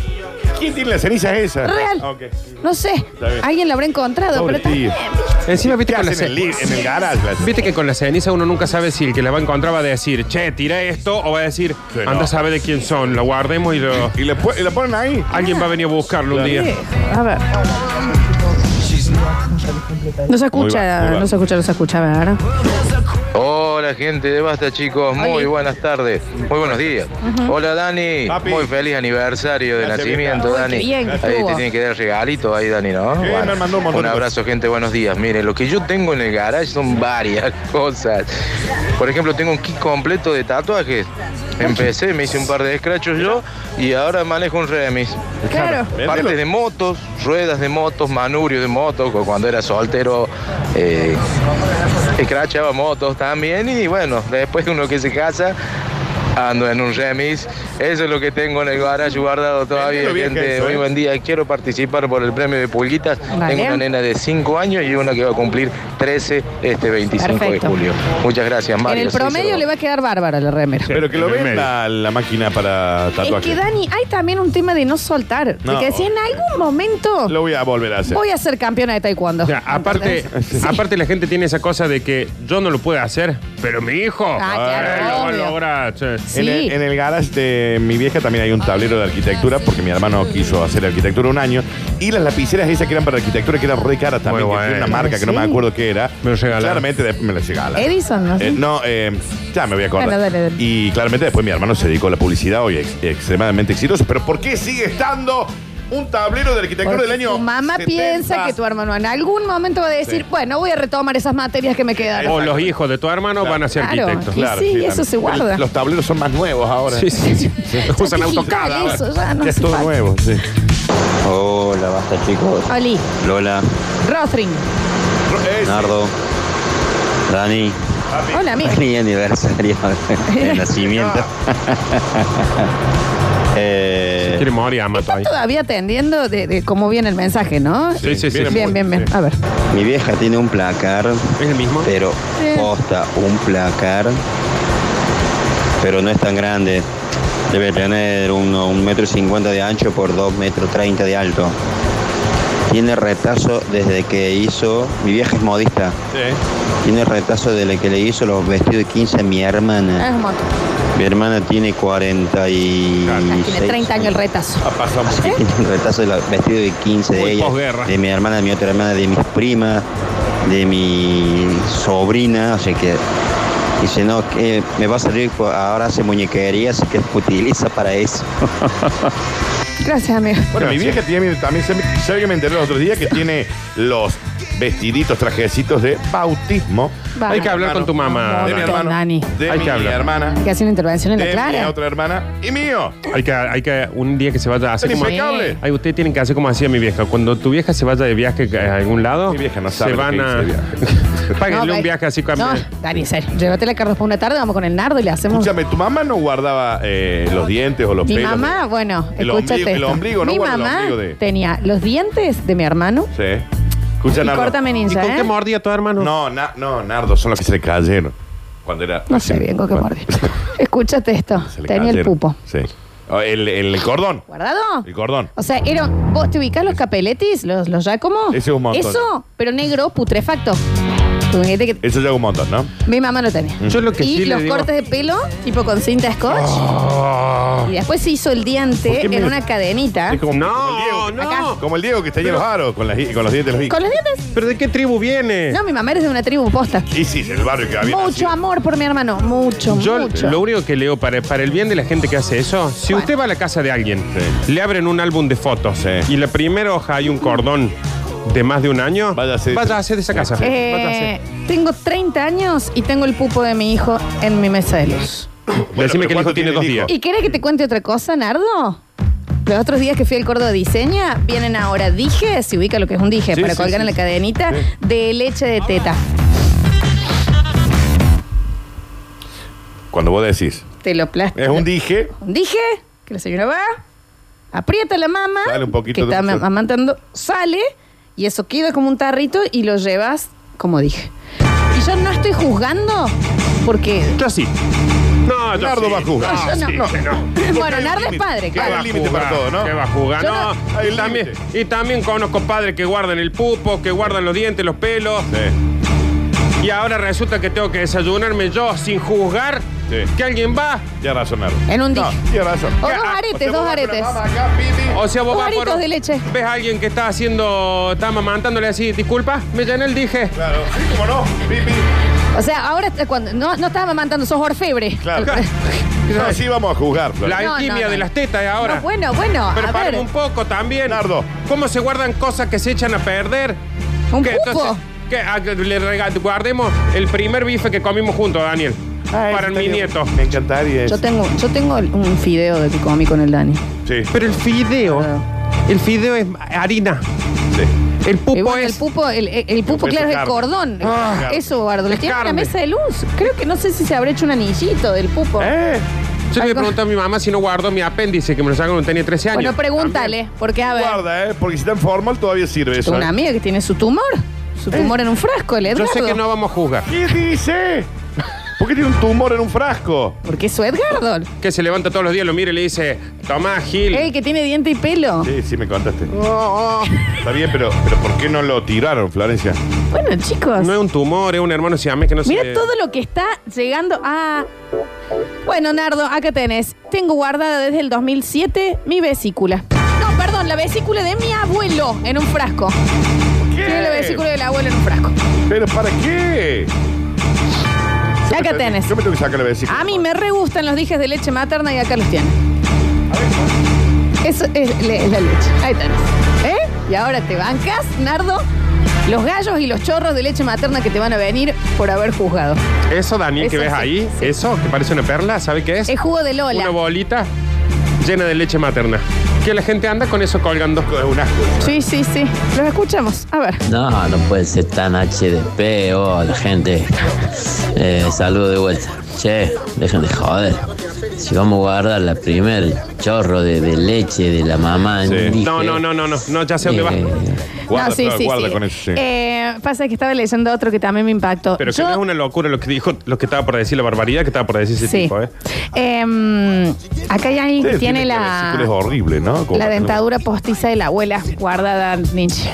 [SPEAKER 2] ¿Quién tiene las cenizas esas?
[SPEAKER 1] real.
[SPEAKER 2] Ah, ok.
[SPEAKER 1] No sé,
[SPEAKER 2] bien.
[SPEAKER 1] alguien la habrá encontrado,
[SPEAKER 2] Pobre
[SPEAKER 1] pero
[SPEAKER 2] tío.
[SPEAKER 1] también.
[SPEAKER 3] Encima, viste
[SPEAKER 2] ¿Qué
[SPEAKER 3] con, la
[SPEAKER 2] hacen en el, li-
[SPEAKER 3] ce-
[SPEAKER 2] en el garage? las-
[SPEAKER 3] viste que con la ceniza uno nunca sabe si el que la va a encontrar va a decir, che, tira esto, o va a decir,
[SPEAKER 2] Que no.
[SPEAKER 3] anda a saber de quién son, lo guardemos y lo...
[SPEAKER 2] Y le, pu- y le ponen ahí.
[SPEAKER 3] Alguien va a venir a buscarlo un día.
[SPEAKER 1] A ver. No se escucha,
[SPEAKER 2] Muy va- muy va.
[SPEAKER 1] no se escucha, no se escucha, ¿verdad?
[SPEAKER 9] Hola gente de Basta chicos, muy
[SPEAKER 1] Oli.
[SPEAKER 9] buenas tardes, muy buenos días. Hola Dani,
[SPEAKER 2] Papi.
[SPEAKER 9] muy feliz aniversario de
[SPEAKER 2] Gracias,
[SPEAKER 9] nacimiento
[SPEAKER 1] vieja. Uy,
[SPEAKER 9] Dani.
[SPEAKER 1] qué bien que
[SPEAKER 9] ahí
[SPEAKER 1] estuvo.
[SPEAKER 9] te tienen que dar regalito ahí Dani, ¿no?
[SPEAKER 2] Sí, me mandó un montón de
[SPEAKER 9] abrazo gente, buenos días. Miren, lo que yo tengo en el garage son varias cosas. Por ejemplo, tengo un kit completo de tatuajes. Empecé, me hice un par de escrachos yo y ahora manejo un remis.
[SPEAKER 1] Claro.
[SPEAKER 9] Partes de motos, ruedas de motos, manubrio de motos, cu- cuando era soltero eh, escrachaba motos también y bueno, después uno que se casa ando en un remis, eso es lo que tengo en el garage guardado todavía,
[SPEAKER 2] Vendelo bien, que
[SPEAKER 9] gente,
[SPEAKER 2] eso,
[SPEAKER 9] muy
[SPEAKER 2] ¿eh?
[SPEAKER 9] buen día, quiero participar por el premio de Pulguitas,
[SPEAKER 1] Vale.
[SPEAKER 9] tengo una nena de 5 años y una que va a cumplir 13 este 25
[SPEAKER 1] Perfecto.
[SPEAKER 9] de julio. Muchas gracias,
[SPEAKER 1] En
[SPEAKER 9] Mario.
[SPEAKER 1] el
[SPEAKER 9] Cícero.
[SPEAKER 1] promedio le va a quedar bárbara la remera.
[SPEAKER 2] Pero que lo
[SPEAKER 3] En el
[SPEAKER 2] venda la máquina para
[SPEAKER 1] Es
[SPEAKER 2] tatuaje.
[SPEAKER 1] que Dani, hay también un tema de no soltar.
[SPEAKER 2] No.
[SPEAKER 1] Porque si en algún momento
[SPEAKER 2] Lo voy a volver a hacer.
[SPEAKER 1] voy a ser campeona de taekwondo.
[SPEAKER 3] O sea, aparte, aparte la gente tiene esa cosa de que yo no lo puedo hacer, pero mi hijo eh,
[SPEAKER 1] Ah,
[SPEAKER 3] lo
[SPEAKER 1] claro,
[SPEAKER 3] va a
[SPEAKER 1] obvio.
[SPEAKER 3] lograr, che.
[SPEAKER 1] Sí.
[SPEAKER 2] En, el, Eh, en el garage de mi vieja también hay un tablero de arquitectura, porque mi hermano quiso hacer arquitectura un año. Y las lapiceras esas que eran para arquitectura, que eran re caras también,
[SPEAKER 3] Muy
[SPEAKER 2] que tiene
[SPEAKER 3] bueno.
[SPEAKER 2] una marca que no me
[SPEAKER 1] Sí.
[SPEAKER 2] acuerdo qué era.
[SPEAKER 3] Me lo regalaron.
[SPEAKER 2] Claramente después me lo regalaron.
[SPEAKER 1] Edison, ¿no?
[SPEAKER 2] Eh, no, eh, ya me voy a acordar.
[SPEAKER 1] Bueno, dale, dale.
[SPEAKER 2] Y claramente después mi hermano se dedicó a la publicidad hoy, ex- extremadamente exitoso. Pero ¿por qué sigue estando un tablero de arquitectura
[SPEAKER 1] Porque
[SPEAKER 2] del año?
[SPEAKER 1] tu mamá
[SPEAKER 2] 70?
[SPEAKER 1] piensa que tu hermano en algún momento va a decir,
[SPEAKER 2] Sí.
[SPEAKER 1] bueno, voy a retomar esas materias que me quedaron.
[SPEAKER 3] O los hijos de tu hermano van a ser
[SPEAKER 1] Claro.
[SPEAKER 3] arquitectos.
[SPEAKER 1] Y sí, eso
[SPEAKER 2] también.
[SPEAKER 1] se guarda.
[SPEAKER 2] Pero Los tableros son más nuevos ahora.
[SPEAKER 3] Sí, sí, sí. Usan
[SPEAKER 1] Ya te
[SPEAKER 3] AutoCAD.
[SPEAKER 1] digital
[SPEAKER 3] ahora.
[SPEAKER 1] eso, ya no
[SPEAKER 2] Ya es
[SPEAKER 1] hace
[SPEAKER 2] todo
[SPEAKER 1] falta.
[SPEAKER 2] nuevo, sí.
[SPEAKER 7] Hola, basta chicos.
[SPEAKER 1] Oli,
[SPEAKER 7] Lola,
[SPEAKER 1] Rothring.
[SPEAKER 2] Eh,
[SPEAKER 7] Nardo, Dani.
[SPEAKER 1] Hola, amigo.
[SPEAKER 7] Mi aniversario de nacimiento. Eh,
[SPEAKER 3] Quiere morir, Amato ahí.
[SPEAKER 1] Todavía atendiendo de, de cómo viene el mensaje, ¿no?
[SPEAKER 3] Sí, sí, sí.
[SPEAKER 2] Viene
[SPEAKER 1] Bien,
[SPEAKER 2] muy-
[SPEAKER 1] bien, bien.
[SPEAKER 2] sí.
[SPEAKER 1] A ver.
[SPEAKER 7] mi vieja tiene un placar,
[SPEAKER 3] ¿Es el mismo?
[SPEAKER 7] pero posta un placar, pero no es tan grande. Debe tener uno- un metro cincuenta de ancho por dos metros treinta de alto. Tiene retazo desde que hizo, mi vieja es modista,
[SPEAKER 2] Sí.
[SPEAKER 7] tiene retazo desde que le hizo los vestidos de 15 a mi
[SPEAKER 1] Es
[SPEAKER 7] hermana.
[SPEAKER 1] un montón.
[SPEAKER 7] Mi hermana tiene 46.
[SPEAKER 1] Tiene 30 años el retazo.
[SPEAKER 2] Ha pasado mucho.
[SPEAKER 7] Tiene un retazo de la- vestido de 15
[SPEAKER 3] Muy
[SPEAKER 7] de ella,
[SPEAKER 3] posguerra.
[SPEAKER 7] de mi hermana, de mi otra hermana, de mis primas, de mi sobrina, así que dice, no, que me va a salir, cu- ahora hace muñequería, así que utiliza para eso.
[SPEAKER 1] Gracias, amigo.
[SPEAKER 2] Bueno, mi vieja tiene también, se me- sé que me enteré los otros días que tiene los vestiditos, trajecitos de bautismo.
[SPEAKER 1] Va.
[SPEAKER 3] Hay que hablar con tu mamá.
[SPEAKER 2] De mi
[SPEAKER 1] Montón,
[SPEAKER 2] hermano.
[SPEAKER 1] Dani.
[SPEAKER 2] De
[SPEAKER 3] Hay
[SPEAKER 2] mi
[SPEAKER 3] que hablar.
[SPEAKER 2] hermana.
[SPEAKER 1] Hay que hacer una intervención en la
[SPEAKER 2] De mi
[SPEAKER 1] clara.
[SPEAKER 2] otra hermana. Y mío.
[SPEAKER 3] Hay que, hay que un día que se vaya a hacer
[SPEAKER 2] Son
[SPEAKER 3] como...
[SPEAKER 2] impecables.
[SPEAKER 3] Ay, ustedes tienen que hacer como hacía mi vieja. Cuando tu vieja se vaya de viaje a algún lado,
[SPEAKER 2] Mi vieja no sabe
[SPEAKER 3] se
[SPEAKER 2] lo
[SPEAKER 3] van
[SPEAKER 2] que
[SPEAKER 3] a...
[SPEAKER 2] dice viaje.
[SPEAKER 3] Páguenle
[SPEAKER 1] No,
[SPEAKER 3] un
[SPEAKER 1] ve.
[SPEAKER 3] viaje así con...
[SPEAKER 1] No, ¿Eh? Dani, en serio. Llévatela a Carlos por una tarde, vamos con el nardo y le hacemos.
[SPEAKER 2] Escúchame, tu mamá no guardaba eh, los dientes o los
[SPEAKER 1] Mi
[SPEAKER 2] pelos.
[SPEAKER 1] mamá, bueno,
[SPEAKER 2] El
[SPEAKER 1] escúchate.
[SPEAKER 2] ombligo- el
[SPEAKER 1] esto.
[SPEAKER 2] ombligo, ¿no?
[SPEAKER 1] Mi
[SPEAKER 2] Guarda el
[SPEAKER 1] mamá
[SPEAKER 2] ombligo de-
[SPEAKER 1] tenía los dientes de mi hermano.
[SPEAKER 2] Sí. Escucha,
[SPEAKER 1] Y
[SPEAKER 2] Nardo.
[SPEAKER 1] córtame
[SPEAKER 3] ¿Y
[SPEAKER 1] ninja,
[SPEAKER 3] con qué
[SPEAKER 1] ¿eh?
[SPEAKER 3] mordía tu hermano?
[SPEAKER 2] No, na- no, Nardo, son los que se le cayeron. Cuando era.
[SPEAKER 1] No sé bien con qué
[SPEAKER 2] Bueno,
[SPEAKER 1] mordí. Escúchate esto.
[SPEAKER 2] se le
[SPEAKER 1] Tenía el
[SPEAKER 2] cayeron.
[SPEAKER 1] pupo.
[SPEAKER 2] Sí. O El, el cordón.
[SPEAKER 1] ¿Guardado?
[SPEAKER 2] El cordón.
[SPEAKER 1] O sea, era, ¿vos te ubicás los capeletis? ¿Los, los Giacomo?
[SPEAKER 2] Ese es un montón.
[SPEAKER 1] Eso, pero negro, putrefacto. Imagínate que-
[SPEAKER 2] Eso ya es un montón, ¿no?
[SPEAKER 1] Mi mamá lo tenía.
[SPEAKER 3] Yo lo que
[SPEAKER 1] y
[SPEAKER 3] sí le
[SPEAKER 1] los
[SPEAKER 3] digo-
[SPEAKER 1] cortes de pelo, tipo con cinta scotch. Y después se hizo el diente
[SPEAKER 2] Ah. qué
[SPEAKER 1] en
[SPEAKER 2] me-
[SPEAKER 1] una cadenita.
[SPEAKER 2] Es como, como el
[SPEAKER 3] No,
[SPEAKER 2] Diego.
[SPEAKER 3] no.
[SPEAKER 2] Como el Diego que está lleno de los aros con, las, con los dientes de los hijos.
[SPEAKER 1] ¿Con los dientes?
[SPEAKER 3] ¿Pero de qué tribu
[SPEAKER 2] Eh.
[SPEAKER 3] viene?
[SPEAKER 1] No, mi mamá eres de una tribu posta.
[SPEAKER 2] Y sí, el barrio que había.
[SPEAKER 1] Mucho
[SPEAKER 2] nacido.
[SPEAKER 1] amor por mi hermano. Mucho,
[SPEAKER 3] Yo
[SPEAKER 1] mucho.
[SPEAKER 3] lo único que leo para, para el bien de la gente que hace eso, si usted va a la casa de alguien,
[SPEAKER 2] Sí.
[SPEAKER 3] le abren un álbum de fotos eh,
[SPEAKER 2] Sí.
[SPEAKER 3] y en la primera hoja hay un cordón de más de un año,
[SPEAKER 2] Vaya a ser-
[SPEAKER 3] de esa casa.
[SPEAKER 1] Eh,
[SPEAKER 3] Vaya a ser.
[SPEAKER 1] tengo 30 años y tengo el pupo de mi hijo en mi mesa de luz.
[SPEAKER 2] Bueno,
[SPEAKER 3] Decime
[SPEAKER 2] pero
[SPEAKER 3] que el
[SPEAKER 2] ¿cuánto
[SPEAKER 3] hijo tiene dos
[SPEAKER 2] el hijo?
[SPEAKER 3] días.
[SPEAKER 1] ¿Y querés que te cuente otra cosa, Nardo? Los otros días que fui al Córdoba Diseña, vienen ahora dije, se ubica lo que es un dije,
[SPEAKER 2] Sí,
[SPEAKER 1] para
[SPEAKER 2] sí,
[SPEAKER 1] colgar en
[SPEAKER 2] sí.
[SPEAKER 1] la cadenita, de leche de teta.
[SPEAKER 2] Cuando vos decís,
[SPEAKER 1] Te lo plástico.
[SPEAKER 2] es un dije.
[SPEAKER 1] Dije que la señora va, aprieta la mama,
[SPEAKER 2] Sale un poquito
[SPEAKER 1] que
[SPEAKER 2] de-
[SPEAKER 1] está am- amamantando, sale y eso queda como un tarrito y lo llevas, como dije. Y yo no estoy juzgando porque...
[SPEAKER 3] Yo sí. No, yo
[SPEAKER 2] Nardo
[SPEAKER 3] sí.
[SPEAKER 2] va a jugar.
[SPEAKER 1] No, yo no.
[SPEAKER 3] Ah, sí, no.
[SPEAKER 1] Bueno, Nardo es
[SPEAKER 2] límite.
[SPEAKER 1] padre,
[SPEAKER 2] ¿Qué
[SPEAKER 1] claro.
[SPEAKER 2] va a
[SPEAKER 3] Hay límite
[SPEAKER 2] jugar,
[SPEAKER 3] para todo, ¿no?
[SPEAKER 2] ¿qué va a
[SPEAKER 3] jugar?
[SPEAKER 1] Yo no-
[SPEAKER 2] Hay
[SPEAKER 3] y, también,
[SPEAKER 2] límite.
[SPEAKER 3] y también conozco padres que guardan el pupo, que guardan los dientes, los pelos.
[SPEAKER 2] Sí.
[SPEAKER 3] Y ahora resulta que tengo que desayunarme yo sin juzgar
[SPEAKER 2] Sí.
[SPEAKER 3] que alguien va.
[SPEAKER 2] Ya razón, Nardo.
[SPEAKER 1] En un dije.
[SPEAKER 2] No, tiene razón.
[SPEAKER 1] O
[SPEAKER 2] Ya,
[SPEAKER 1] dos
[SPEAKER 2] ah,
[SPEAKER 1] aretes,
[SPEAKER 2] sea,
[SPEAKER 1] dos
[SPEAKER 2] vos vas con
[SPEAKER 1] aretes.
[SPEAKER 2] la mamá acá, Piti.
[SPEAKER 3] O sea, vos
[SPEAKER 1] Dos
[SPEAKER 3] vas por-
[SPEAKER 1] aritos de leche.
[SPEAKER 3] ¿Ves a alguien que está haciendo, está amamantándole así, disculpa, me llené el dije?
[SPEAKER 2] Claro, sí, cómo no. Pipi.
[SPEAKER 1] O sea, ahora está- cuando no, no estaba amamantando, sos orfebre.
[SPEAKER 2] Claro.
[SPEAKER 3] No,
[SPEAKER 2] Así vamos a jugar, Flor.
[SPEAKER 3] La
[SPEAKER 1] No,
[SPEAKER 3] alquimia
[SPEAKER 1] no, no.
[SPEAKER 3] de las tetas ahora.
[SPEAKER 1] No, bueno, bueno,
[SPEAKER 3] Pero
[SPEAKER 1] a
[SPEAKER 3] paren
[SPEAKER 1] ver.
[SPEAKER 3] un poco también.
[SPEAKER 2] Nardo.
[SPEAKER 3] ¿Cómo se guardan cosas que se echan a perder?
[SPEAKER 1] Un
[SPEAKER 3] Que
[SPEAKER 1] pupo.
[SPEAKER 3] que ah, que le rega- guardemos el primer bife que comimos juntos, Daniel.
[SPEAKER 2] Ay,
[SPEAKER 3] para mi
[SPEAKER 2] estaría-
[SPEAKER 3] nieto.
[SPEAKER 2] Me encantaría.
[SPEAKER 1] Yo tengo, yo tengo un fideo de que comí con el Dani.
[SPEAKER 2] Sí,
[SPEAKER 3] Pero el fideo,
[SPEAKER 1] Ah.
[SPEAKER 3] el fideo es harina.
[SPEAKER 2] sí.
[SPEAKER 3] El
[SPEAKER 1] Y
[SPEAKER 3] pupo
[SPEAKER 1] bueno, el
[SPEAKER 3] es.
[SPEAKER 1] pupo, el, el- el pupo,
[SPEAKER 2] Eso
[SPEAKER 1] claro,
[SPEAKER 2] es
[SPEAKER 1] es el
[SPEAKER 2] carne.
[SPEAKER 1] cordón.
[SPEAKER 3] Ah,
[SPEAKER 1] Eso, Bardo. Lo
[SPEAKER 3] es
[SPEAKER 1] tiene en la
[SPEAKER 3] carne.
[SPEAKER 1] mesa de luz. Creo que no sé si se habrá hecho un anillito del pupo.
[SPEAKER 2] ¿Eh?
[SPEAKER 3] Yo le voy a
[SPEAKER 1] algo-
[SPEAKER 3] preguntar a mi mamá si no guardo mi apéndice, que me lo sacaron cuando tenía 13 años.
[SPEAKER 1] Bueno, pregúntale, porque a ver,
[SPEAKER 2] Guarda, ¿eh? Porque si está en formal todavía sirve eso.
[SPEAKER 1] tengo una
[SPEAKER 2] ¿eh?
[SPEAKER 1] amiga que tiene su tumor. Su tumor en un frasco, el
[SPEAKER 3] Yo
[SPEAKER 1] Edgardo.
[SPEAKER 3] sé que no vamos a juzgar.
[SPEAKER 2] ¿Qué dice? ¿Por qué tiene un tumor en un frasco?
[SPEAKER 1] Porque es su Edgardo.
[SPEAKER 3] Que se levanta todos los días, lo mira y le dice, Tomás Gil.
[SPEAKER 1] El que tiene diente y pelo.
[SPEAKER 2] Sí, sí, me contaste.
[SPEAKER 1] Oh,
[SPEAKER 2] Está bien, pero, pero ¿por qué no lo tiraron, Florencia?
[SPEAKER 1] Bueno, chicos.
[SPEAKER 3] No es un tumor, es un hermano siamés que no
[SPEAKER 1] Mira
[SPEAKER 3] se...
[SPEAKER 1] todo lo que está llegando a... Bueno, Nardo, acá tenés. Tengo guardada desde el 2007 mi vesícula. No, perdón, la vesícula de mi abuelo en un frasco. Tiene la vesícula del abuelo en un frasco.
[SPEAKER 2] ¿Pero para qué? Yo
[SPEAKER 1] Acá
[SPEAKER 2] me-
[SPEAKER 1] tenés.
[SPEAKER 2] Yo me tengo que sacar la vesícula.
[SPEAKER 1] A mí me re gustan los dijes de leche materna y acá los tienen. Eso es le- la leche. Ahí tenés. ¿Eh? Y ahora te bancas, Nardo, los gallos y los chorros de leche materna que te van a venir por haber juzgado.
[SPEAKER 3] Eso, Daniel, que
[SPEAKER 1] Eso
[SPEAKER 3] ves
[SPEAKER 1] sí,
[SPEAKER 3] ahí,
[SPEAKER 1] sí.
[SPEAKER 3] eso, que parece una perla, ¿sabe qué es?
[SPEAKER 1] Es jugo de
[SPEAKER 3] una
[SPEAKER 1] Lola.
[SPEAKER 3] bolita llena de leche materna. Que la gente anda con eso colgando.
[SPEAKER 2] Es un asco.
[SPEAKER 1] Sí, sí, sí. Los escuchamos. A ver.
[SPEAKER 10] No, no puede ser tan HDP, oh, la gente. Eh, saludo de vuelta. Che, dejen de joder. Si vamos a guardar la primer chorro de, de leche de la mamá,
[SPEAKER 2] Sí.
[SPEAKER 10] dije,
[SPEAKER 3] No, no, no, no, no, no, ya sé dónde va.
[SPEAKER 10] eh,
[SPEAKER 2] Guarda,
[SPEAKER 1] no, sí,
[SPEAKER 2] Flor,
[SPEAKER 1] sí,
[SPEAKER 2] guarda
[SPEAKER 1] sí.
[SPEAKER 2] con eso, sí.
[SPEAKER 1] Eh, pasa que estaba leyendo otro que también me impactó.
[SPEAKER 3] Pero que
[SPEAKER 1] Yo-
[SPEAKER 3] no es una locura lo que dijo, lo que estaba por decir, la barbaridad que estaba por decir ese
[SPEAKER 1] Sí.
[SPEAKER 3] tipo, ¿eh?
[SPEAKER 1] Em, acá hay alguien que
[SPEAKER 2] Sí,
[SPEAKER 1] tiene
[SPEAKER 2] La vesícula es
[SPEAKER 1] la,
[SPEAKER 2] horrible, ¿no? Como-
[SPEAKER 1] la dentadura postiza de la abuela guardada, Nietzsche.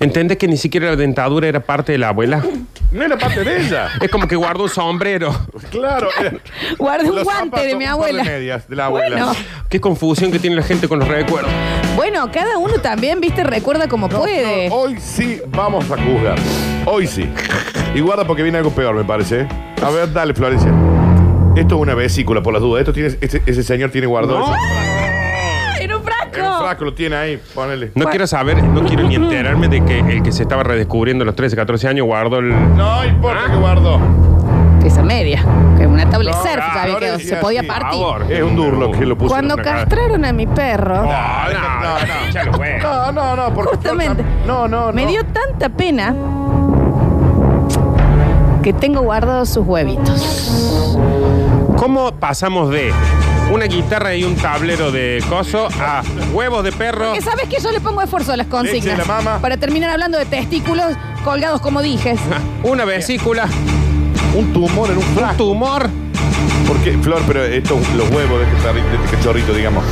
[SPEAKER 3] ¿Entendés que ni siquiera la dentadura era parte de la abuela?
[SPEAKER 2] No era parte de ella.
[SPEAKER 3] Es como que guarda un sombrero.
[SPEAKER 2] Claro. era-
[SPEAKER 1] Guardé un
[SPEAKER 2] Los
[SPEAKER 1] guante de
[SPEAKER 2] zapatos,
[SPEAKER 1] mi
[SPEAKER 2] un par
[SPEAKER 1] abuela.
[SPEAKER 2] De, medias de la abuela.
[SPEAKER 1] Bueno.
[SPEAKER 3] Qué confusión que tiene la gente con los recuerdos.
[SPEAKER 1] Bueno, cada uno también, viste, recuerda como
[SPEAKER 2] No,
[SPEAKER 1] puede.
[SPEAKER 2] no, hoy sí vamos a juzgar. Hoy sí. Y guarda porque viene algo peor, me parece. A ver, dale, Florencia. Esto es una vesícula, por las dudas. Esto tiene, este- ese señor tiene guardado.
[SPEAKER 3] No,
[SPEAKER 2] eso.
[SPEAKER 1] ¡En ¡Ah! un frasco!
[SPEAKER 2] En el frasco lo tiene ahí, ponele.
[SPEAKER 3] no quiero saber, no quiero ni enterarme de que el que se estaba redescubriendo a los 13, 14 años guardó el...
[SPEAKER 2] No importa que guardó.
[SPEAKER 1] Esa media, que una tabla de
[SPEAKER 2] No,
[SPEAKER 1] surf que había
[SPEAKER 2] ahora
[SPEAKER 1] quedado,
[SPEAKER 2] sí,
[SPEAKER 1] se podía
[SPEAKER 2] sí,
[SPEAKER 1] partir.
[SPEAKER 3] favor.
[SPEAKER 2] Es un durlo que lo puso.
[SPEAKER 1] Cuando castraron a mi perro,
[SPEAKER 2] No, no, no.
[SPEAKER 3] Ya lo fue.
[SPEAKER 2] No, no, no. Porque
[SPEAKER 1] Justamente.
[SPEAKER 2] No, no, no.
[SPEAKER 1] me dio tanta pena que tengo guardados sus huevitos.
[SPEAKER 3] ¿Cómo pasamos de una guitarra y un tablero de coso a huevos de perro?
[SPEAKER 1] Que sabes que yo le pongo esfuerzo a las consignas.
[SPEAKER 2] Leche de la mama.
[SPEAKER 1] Para terminar hablando de testículos colgados como dijes.
[SPEAKER 3] Una vesícula,
[SPEAKER 2] un tumor en un
[SPEAKER 3] un
[SPEAKER 2] frasco.
[SPEAKER 3] tumor,
[SPEAKER 2] ¿Por qué, Flor? Pero estos, los huevos de este, perri- de este cachorrito, digamos.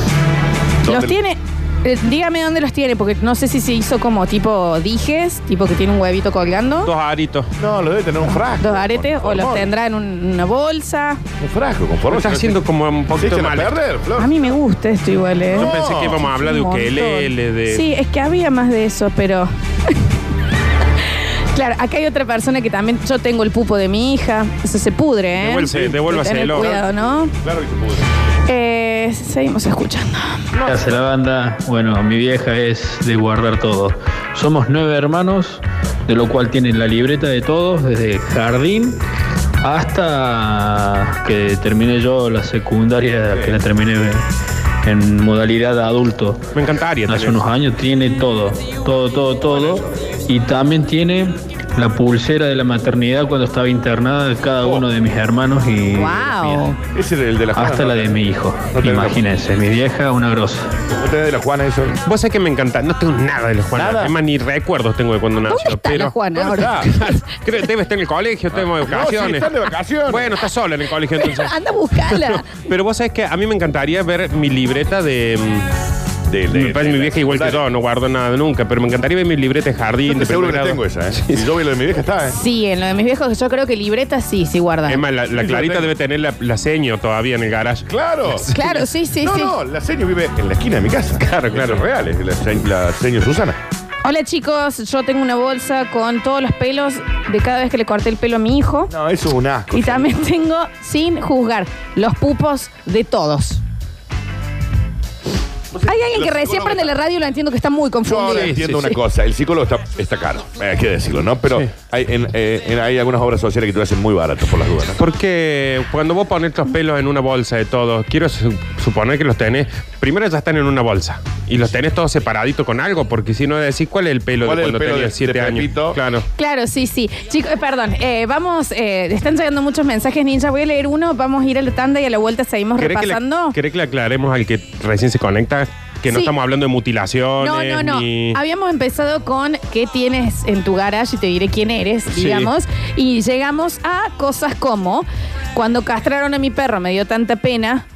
[SPEAKER 1] Los
[SPEAKER 2] ¿dónde-
[SPEAKER 1] tiene. eh, dígame dónde los tiene, porque no sé si se hizo como tipo dijes, tipo que tiene un huevito colgando, dos,
[SPEAKER 3] Dos aritos.
[SPEAKER 2] No, lo debe tener un frasco.
[SPEAKER 1] aretes,
[SPEAKER 2] Por
[SPEAKER 1] o los
[SPEAKER 2] favor.
[SPEAKER 1] tendrá en un- una bolsa.
[SPEAKER 2] Un frasco, conforme.
[SPEAKER 3] está haciendo como un
[SPEAKER 2] Se
[SPEAKER 3] poquito
[SPEAKER 2] echan a
[SPEAKER 3] mal.
[SPEAKER 2] perder, Flor.
[SPEAKER 1] A mí me gusta esto igual, ¿eh?
[SPEAKER 3] Yo pensé que íbamos a hablar de
[SPEAKER 1] Un montón.
[SPEAKER 3] ukelele, de...
[SPEAKER 1] Sí, es que había más de eso, pero. claro, acá hay otra persona que también. Yo tengo el pupo de mi hija. Eso se pudre, ¿eh?
[SPEAKER 3] Devuélvase,
[SPEAKER 1] Hay que
[SPEAKER 3] devuélvaselo.
[SPEAKER 1] tener Cuidado, ¿no?
[SPEAKER 2] Claro que se pudo.
[SPEAKER 1] Eh, seguimos escuchando.
[SPEAKER 11] ¿Qué hace la banda? Bueno, mi vieja es de guardar todo. Somos nueve hermanos, de lo cual tienen la libreta de todos, desde jardín hasta que terminé yo la secundaria, que la terminé en modalidad adulto.
[SPEAKER 3] Me encantaría.
[SPEAKER 11] Hace
[SPEAKER 3] tener.
[SPEAKER 11] unos años tiene todo, todo, todo, todo. Y también tiene la pulsera de la maternidad cuando estaba internada de cada uno de mis hermanos y
[SPEAKER 1] ¡Wow!
[SPEAKER 2] Ese era el de la Juana.
[SPEAKER 11] hasta
[SPEAKER 2] ¿no?
[SPEAKER 11] la de mi hijo.
[SPEAKER 2] No tenés la-
[SPEAKER 11] Imagínense, mi vieja una grosa.
[SPEAKER 2] ¿No tenés de la Juana eso?
[SPEAKER 3] Vos sabés que me encanta. No tengo nada de los Juanes.
[SPEAKER 2] Nada.
[SPEAKER 3] Además, ni recuerdos tengo de cuando nació.
[SPEAKER 1] ¿Dónde está
[SPEAKER 3] pero...
[SPEAKER 1] la Juana
[SPEAKER 2] ¿Dónde
[SPEAKER 1] ahora?
[SPEAKER 2] está?
[SPEAKER 3] Creo- debe estar en el colegio, tengo de
[SPEAKER 2] No, sí,
[SPEAKER 3] vacaciones.
[SPEAKER 2] están de vacaciones.
[SPEAKER 3] Bueno, está sola en el colegio entonces.
[SPEAKER 1] Anda a buscarla.
[SPEAKER 3] Pero vos sabés que a mí me encantaría ver mi libreta de.
[SPEAKER 2] De,
[SPEAKER 3] mm, me parece mi vieja igual que
[SPEAKER 2] Dale.
[SPEAKER 3] yo, no guardo nada nunca, pero me encantaría ver mi libreta de jardín.
[SPEAKER 2] Yo
[SPEAKER 3] de
[SPEAKER 2] seguro que
[SPEAKER 3] primer
[SPEAKER 2] la tengo
[SPEAKER 3] grado.
[SPEAKER 2] esa, ¿eh?
[SPEAKER 3] Sí,
[SPEAKER 2] Y yo vi lo de mi vieja, está, ¿eh?
[SPEAKER 1] Sí, en lo de mis viejos, yo creo que libreta sí, sí guardan.
[SPEAKER 3] Es más, la, la
[SPEAKER 2] Sí, la
[SPEAKER 3] Clarita
[SPEAKER 2] tengo.
[SPEAKER 3] debe tener la, la seño todavía en el garage.
[SPEAKER 2] Claro.
[SPEAKER 1] Claro, sí, sí,
[SPEAKER 2] no,
[SPEAKER 1] sí.
[SPEAKER 2] no, la seño vive en la esquina de mi casa.
[SPEAKER 3] Claro,
[SPEAKER 2] Eso
[SPEAKER 3] claro.
[SPEAKER 2] Es real, es la, se- la seño Susana.
[SPEAKER 1] Hola chicos, yo tengo una bolsa con todos los pelos de cada vez que le corté el pelo a mi hijo.
[SPEAKER 2] No, eso es un asco.
[SPEAKER 1] Y también tengo, sin juzgar, los pupos de todos. Hay alguien que
[SPEAKER 2] Los
[SPEAKER 1] recién
[SPEAKER 2] psicólogos
[SPEAKER 1] prende la
[SPEAKER 2] están-
[SPEAKER 1] radio y lo entiendo que está muy
[SPEAKER 2] Yo
[SPEAKER 1] confundido.
[SPEAKER 2] ahora
[SPEAKER 3] Sí, sí,
[SPEAKER 2] entiendo una
[SPEAKER 3] sí.
[SPEAKER 2] cosa, el psicólogo está, está caro, eh, hay que decirlo, ¿no? Pero
[SPEAKER 3] Sí.
[SPEAKER 2] hay, en- eh, en- hay algunas obras sociales que te lo hacen muy barato por las dudas, ¿no?
[SPEAKER 3] Porque cuando vos pones los pelos en una bolsa de todos, quiero su- suponer que los tenés. Primero ya están en una bolsa. Y los tenés todos separaditos con algo, porque si no decís cuál es el pelo
[SPEAKER 2] ¿Cuál
[SPEAKER 3] de
[SPEAKER 2] es el
[SPEAKER 3] cuando
[SPEAKER 2] pelo
[SPEAKER 3] tenía
[SPEAKER 2] de-
[SPEAKER 3] 7
[SPEAKER 2] de
[SPEAKER 3] años.
[SPEAKER 2] Pepito?
[SPEAKER 3] Claro.
[SPEAKER 1] Claro, sí, sí. Chicos, eh, perdón, eh, vamos, eh, están llegando muchos mensajes ninja. Voy a leer uno, vamos a ir a la tanda y a la vuelta seguimos
[SPEAKER 3] ¿Querés que,
[SPEAKER 1] repasando.
[SPEAKER 3] le, querés que le aclaremos al que recién se conecta que no
[SPEAKER 1] Sí.
[SPEAKER 3] estamos hablando de mutilaciones?
[SPEAKER 1] No, no, no.
[SPEAKER 3] ni-
[SPEAKER 1] Habíamos empezado con qué tienes en tu garage y te diré quién eres,
[SPEAKER 3] Sí.
[SPEAKER 1] digamos. Y llegamos a cosas como cuando castraron a mi perro me dio tanta pena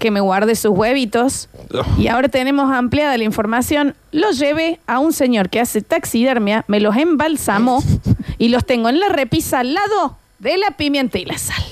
[SPEAKER 1] que me guarde sus huevitos.
[SPEAKER 3] Oh.
[SPEAKER 1] Y ahora tenemos ampliada la información. Lo llevé a un señor que hace taxidermia, me los embalsamó y los tengo en la repisa al lado de la pimienta y la sal.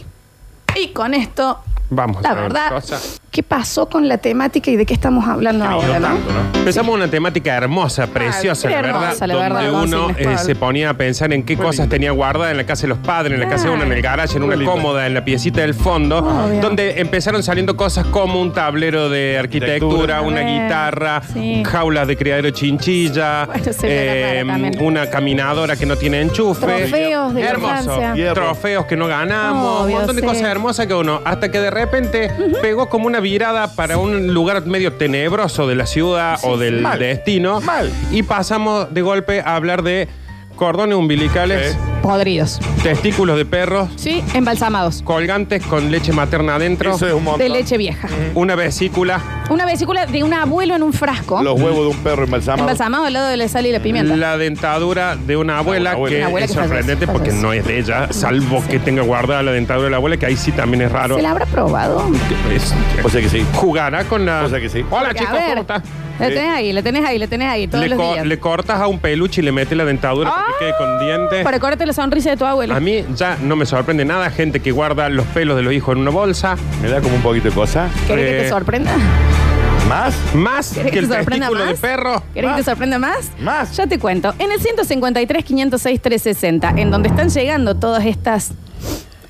[SPEAKER 1] Y con esto,
[SPEAKER 3] Vamos.
[SPEAKER 1] la
[SPEAKER 3] a ver,
[SPEAKER 1] verdad,
[SPEAKER 3] cosa.
[SPEAKER 1] ¿qué pasó con la temática y de qué estamos hablando ahora, no?
[SPEAKER 3] Empezamos una temática hermosa, preciosa,
[SPEAKER 1] era
[SPEAKER 3] la verdad,
[SPEAKER 1] hermosa, la
[SPEAKER 3] donde
[SPEAKER 1] verdad,
[SPEAKER 3] uno
[SPEAKER 1] González
[SPEAKER 3] eh,
[SPEAKER 1] Pablo.
[SPEAKER 3] se ponía a pensar en qué
[SPEAKER 2] Fue
[SPEAKER 3] cosas
[SPEAKER 2] lindo.
[SPEAKER 3] tenía guardadas en la casa de los padres, en la casa de uno, en el garage, en una
[SPEAKER 2] lindo.
[SPEAKER 3] cómoda, en la piecita del fondo,
[SPEAKER 1] Obvio.
[SPEAKER 3] donde empezaron saliendo cosas como un tablero de arquitectura,
[SPEAKER 2] Arquitectura.
[SPEAKER 3] una
[SPEAKER 1] Eh,
[SPEAKER 3] guitarra,
[SPEAKER 1] sí.
[SPEAKER 3] jaulas de criadero chinchilla, em,
[SPEAKER 1] Bueno, se ve la cara también.
[SPEAKER 3] una caminadora que no tiene enchufe,
[SPEAKER 1] Trofeos de la
[SPEAKER 3] hermoso,
[SPEAKER 1] infancia.
[SPEAKER 2] Hierro.
[SPEAKER 3] trofeos que no ganamos,
[SPEAKER 1] Obvio,
[SPEAKER 3] un montón de
[SPEAKER 1] sí.
[SPEAKER 3] cosas hermosas que uno, hasta que de repente pegó como una virada para un lugar medio tenebroso de la ciudad o del
[SPEAKER 2] Mal.
[SPEAKER 3] destino.
[SPEAKER 2] Mal.
[SPEAKER 3] Y pasamos de golpe a hablar de cordones umbilicales,
[SPEAKER 2] Sí.
[SPEAKER 1] Podridos.
[SPEAKER 3] testículos de perros,
[SPEAKER 1] Sí, embalsamados.
[SPEAKER 3] colgantes con leche materna adentro,
[SPEAKER 2] Eso es un montón.
[SPEAKER 1] De leche vieja.
[SPEAKER 3] una vesícula,
[SPEAKER 1] Una vesícula de un abuelo en un frasco.
[SPEAKER 2] Los huevos de un perro embalsamado.
[SPEAKER 1] Embalsamado al lado de la sal y la pimienta.
[SPEAKER 3] la dentadura de una abuela,
[SPEAKER 2] Una abuela.
[SPEAKER 3] que
[SPEAKER 2] Una
[SPEAKER 1] abuela
[SPEAKER 3] es
[SPEAKER 1] que fallece,
[SPEAKER 3] sorprendente porque
[SPEAKER 1] fallece.
[SPEAKER 3] no es de ella, salvo que tenga guardada la dentadura de la abuela, que ahí sí también es raro.
[SPEAKER 1] ¿Se la habrá probado?
[SPEAKER 3] Es-
[SPEAKER 2] O sea que sí.
[SPEAKER 3] jugará con la...
[SPEAKER 2] O sea que sí.
[SPEAKER 3] Hola
[SPEAKER 1] Porque, a
[SPEAKER 3] chicos,
[SPEAKER 1] ver,
[SPEAKER 3] ¿cómo estás?
[SPEAKER 1] La
[SPEAKER 2] Sí.
[SPEAKER 1] tenés ahí, la tenés ahí, la tenés ahí todos
[SPEAKER 3] Le,
[SPEAKER 1] los
[SPEAKER 3] co-
[SPEAKER 1] días. Ah,
[SPEAKER 3] le cortas a un peluche y le metes la dentadura para que quede con dientes.
[SPEAKER 1] Para cortarte la sonrisa de tu abuelo.
[SPEAKER 3] A mí ya no me sorprende nada gente que guarda los pelos de los hijos en una bolsa.
[SPEAKER 2] Me da como un poquito de cosa.
[SPEAKER 1] ¿Querés que
[SPEAKER 3] eh,
[SPEAKER 1] te sorprenda?
[SPEAKER 2] ¿Más?
[SPEAKER 3] Más que
[SPEAKER 1] ¿Querés
[SPEAKER 3] el
[SPEAKER 1] te sorprenda
[SPEAKER 3] testículo de
[SPEAKER 1] más?
[SPEAKER 3] perro. Ah,
[SPEAKER 1] ¿Querés que te sorprenda más?
[SPEAKER 2] Más.
[SPEAKER 1] Ya te cuento. En el 153 506 360, en donde están llegando todas estas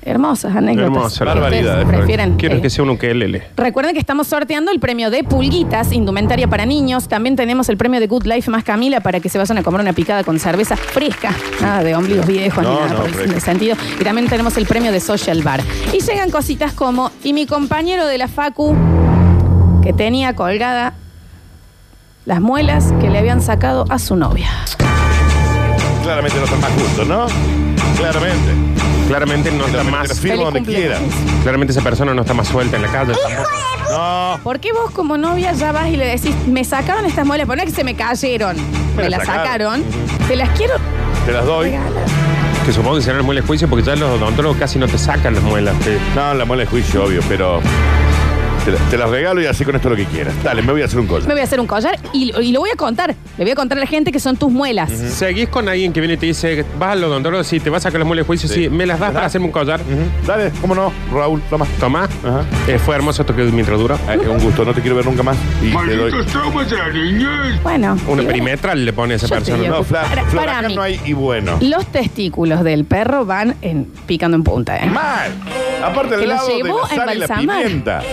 [SPEAKER 1] hermosas anécdotas.
[SPEAKER 3] Hermosa, la
[SPEAKER 1] Ustedes
[SPEAKER 2] barbaridad,
[SPEAKER 1] prefieren,
[SPEAKER 3] Quiero
[SPEAKER 1] eh,
[SPEAKER 3] que sea un ukelele.
[SPEAKER 1] Recuerden que estamos sorteando el premio de Pulguitas, indumentaria para niños. También tenemos el premio de Good Life más Camila para que se vayan a comer una picada con cerveza fresca. Nada de ombligos viejos ni
[SPEAKER 2] No,
[SPEAKER 1] nada
[SPEAKER 2] no,
[SPEAKER 1] por el
[SPEAKER 2] fresca.
[SPEAKER 1] sentido. Y también tenemos el premio de Social Bar. Y llegan cositas como, y mi compañero de la Facu, que tenía colgada las muelas que le habían sacado a su novia.
[SPEAKER 2] Claramente no están más justos, ¿no? Claramente.
[SPEAKER 3] Claramente no está
[SPEAKER 2] Claramente lo
[SPEAKER 3] más.
[SPEAKER 2] firmo
[SPEAKER 1] Feliz
[SPEAKER 2] donde quiera.
[SPEAKER 1] cumpleaños.
[SPEAKER 3] Claramente esa persona no está más suelta en la calle. tampoco.
[SPEAKER 2] No.
[SPEAKER 1] ¿Por qué vos como novia ya vas y le decís, me sacaron estas muelas? Pero no es que se me cayeron, me,
[SPEAKER 2] Me
[SPEAKER 1] las
[SPEAKER 2] las
[SPEAKER 1] sacaron,
[SPEAKER 2] sacaron.
[SPEAKER 1] te las quiero
[SPEAKER 2] Te las doy.
[SPEAKER 1] regalar.
[SPEAKER 3] Que supongo que serán muelas de juicio porque ya los odontólogos casi no te sacan las muelas. te-
[SPEAKER 2] No, la mola de juicio, obvio, pero. Te, la- te las regalo y así con esto lo que quieras. Dale, me voy a hacer un collar.
[SPEAKER 1] Me voy a hacer un collar y, y lo voy a contar. Le voy a contar a la gente que son tus muelas.
[SPEAKER 3] Seguís con alguien que viene y te dice, vas al odontólogo, sí, te vas a sacar las muelas de juicio, sí, me las das para hacerme un collar.
[SPEAKER 2] Dale, cómo no, Raúl, toma.
[SPEAKER 3] Tomá.
[SPEAKER 2] Ajá.
[SPEAKER 3] Eh, fue hermoso esto que mientras duró.
[SPEAKER 2] Eh, un gusto, no te quiero ver nunca más. Y te doy.
[SPEAKER 1] Bueno.
[SPEAKER 3] Una
[SPEAKER 1] y bueno,
[SPEAKER 3] perimetral le pone a esa
[SPEAKER 1] Yo te
[SPEAKER 3] persona.
[SPEAKER 1] digo.
[SPEAKER 2] No, Fla,
[SPEAKER 1] Para-
[SPEAKER 2] Fla,
[SPEAKER 1] para
[SPEAKER 2] acá
[SPEAKER 1] mí.
[SPEAKER 2] no hay y bueno.
[SPEAKER 1] Los testículos del perro van en- picando en punta, ¿eh?
[SPEAKER 2] Mal. Aparte
[SPEAKER 1] Que
[SPEAKER 2] del
[SPEAKER 1] lo
[SPEAKER 2] lado de
[SPEAKER 1] llevó
[SPEAKER 2] la
[SPEAKER 1] a
[SPEAKER 2] sal y la
[SPEAKER 1] embalsamar.
[SPEAKER 2] pimienta.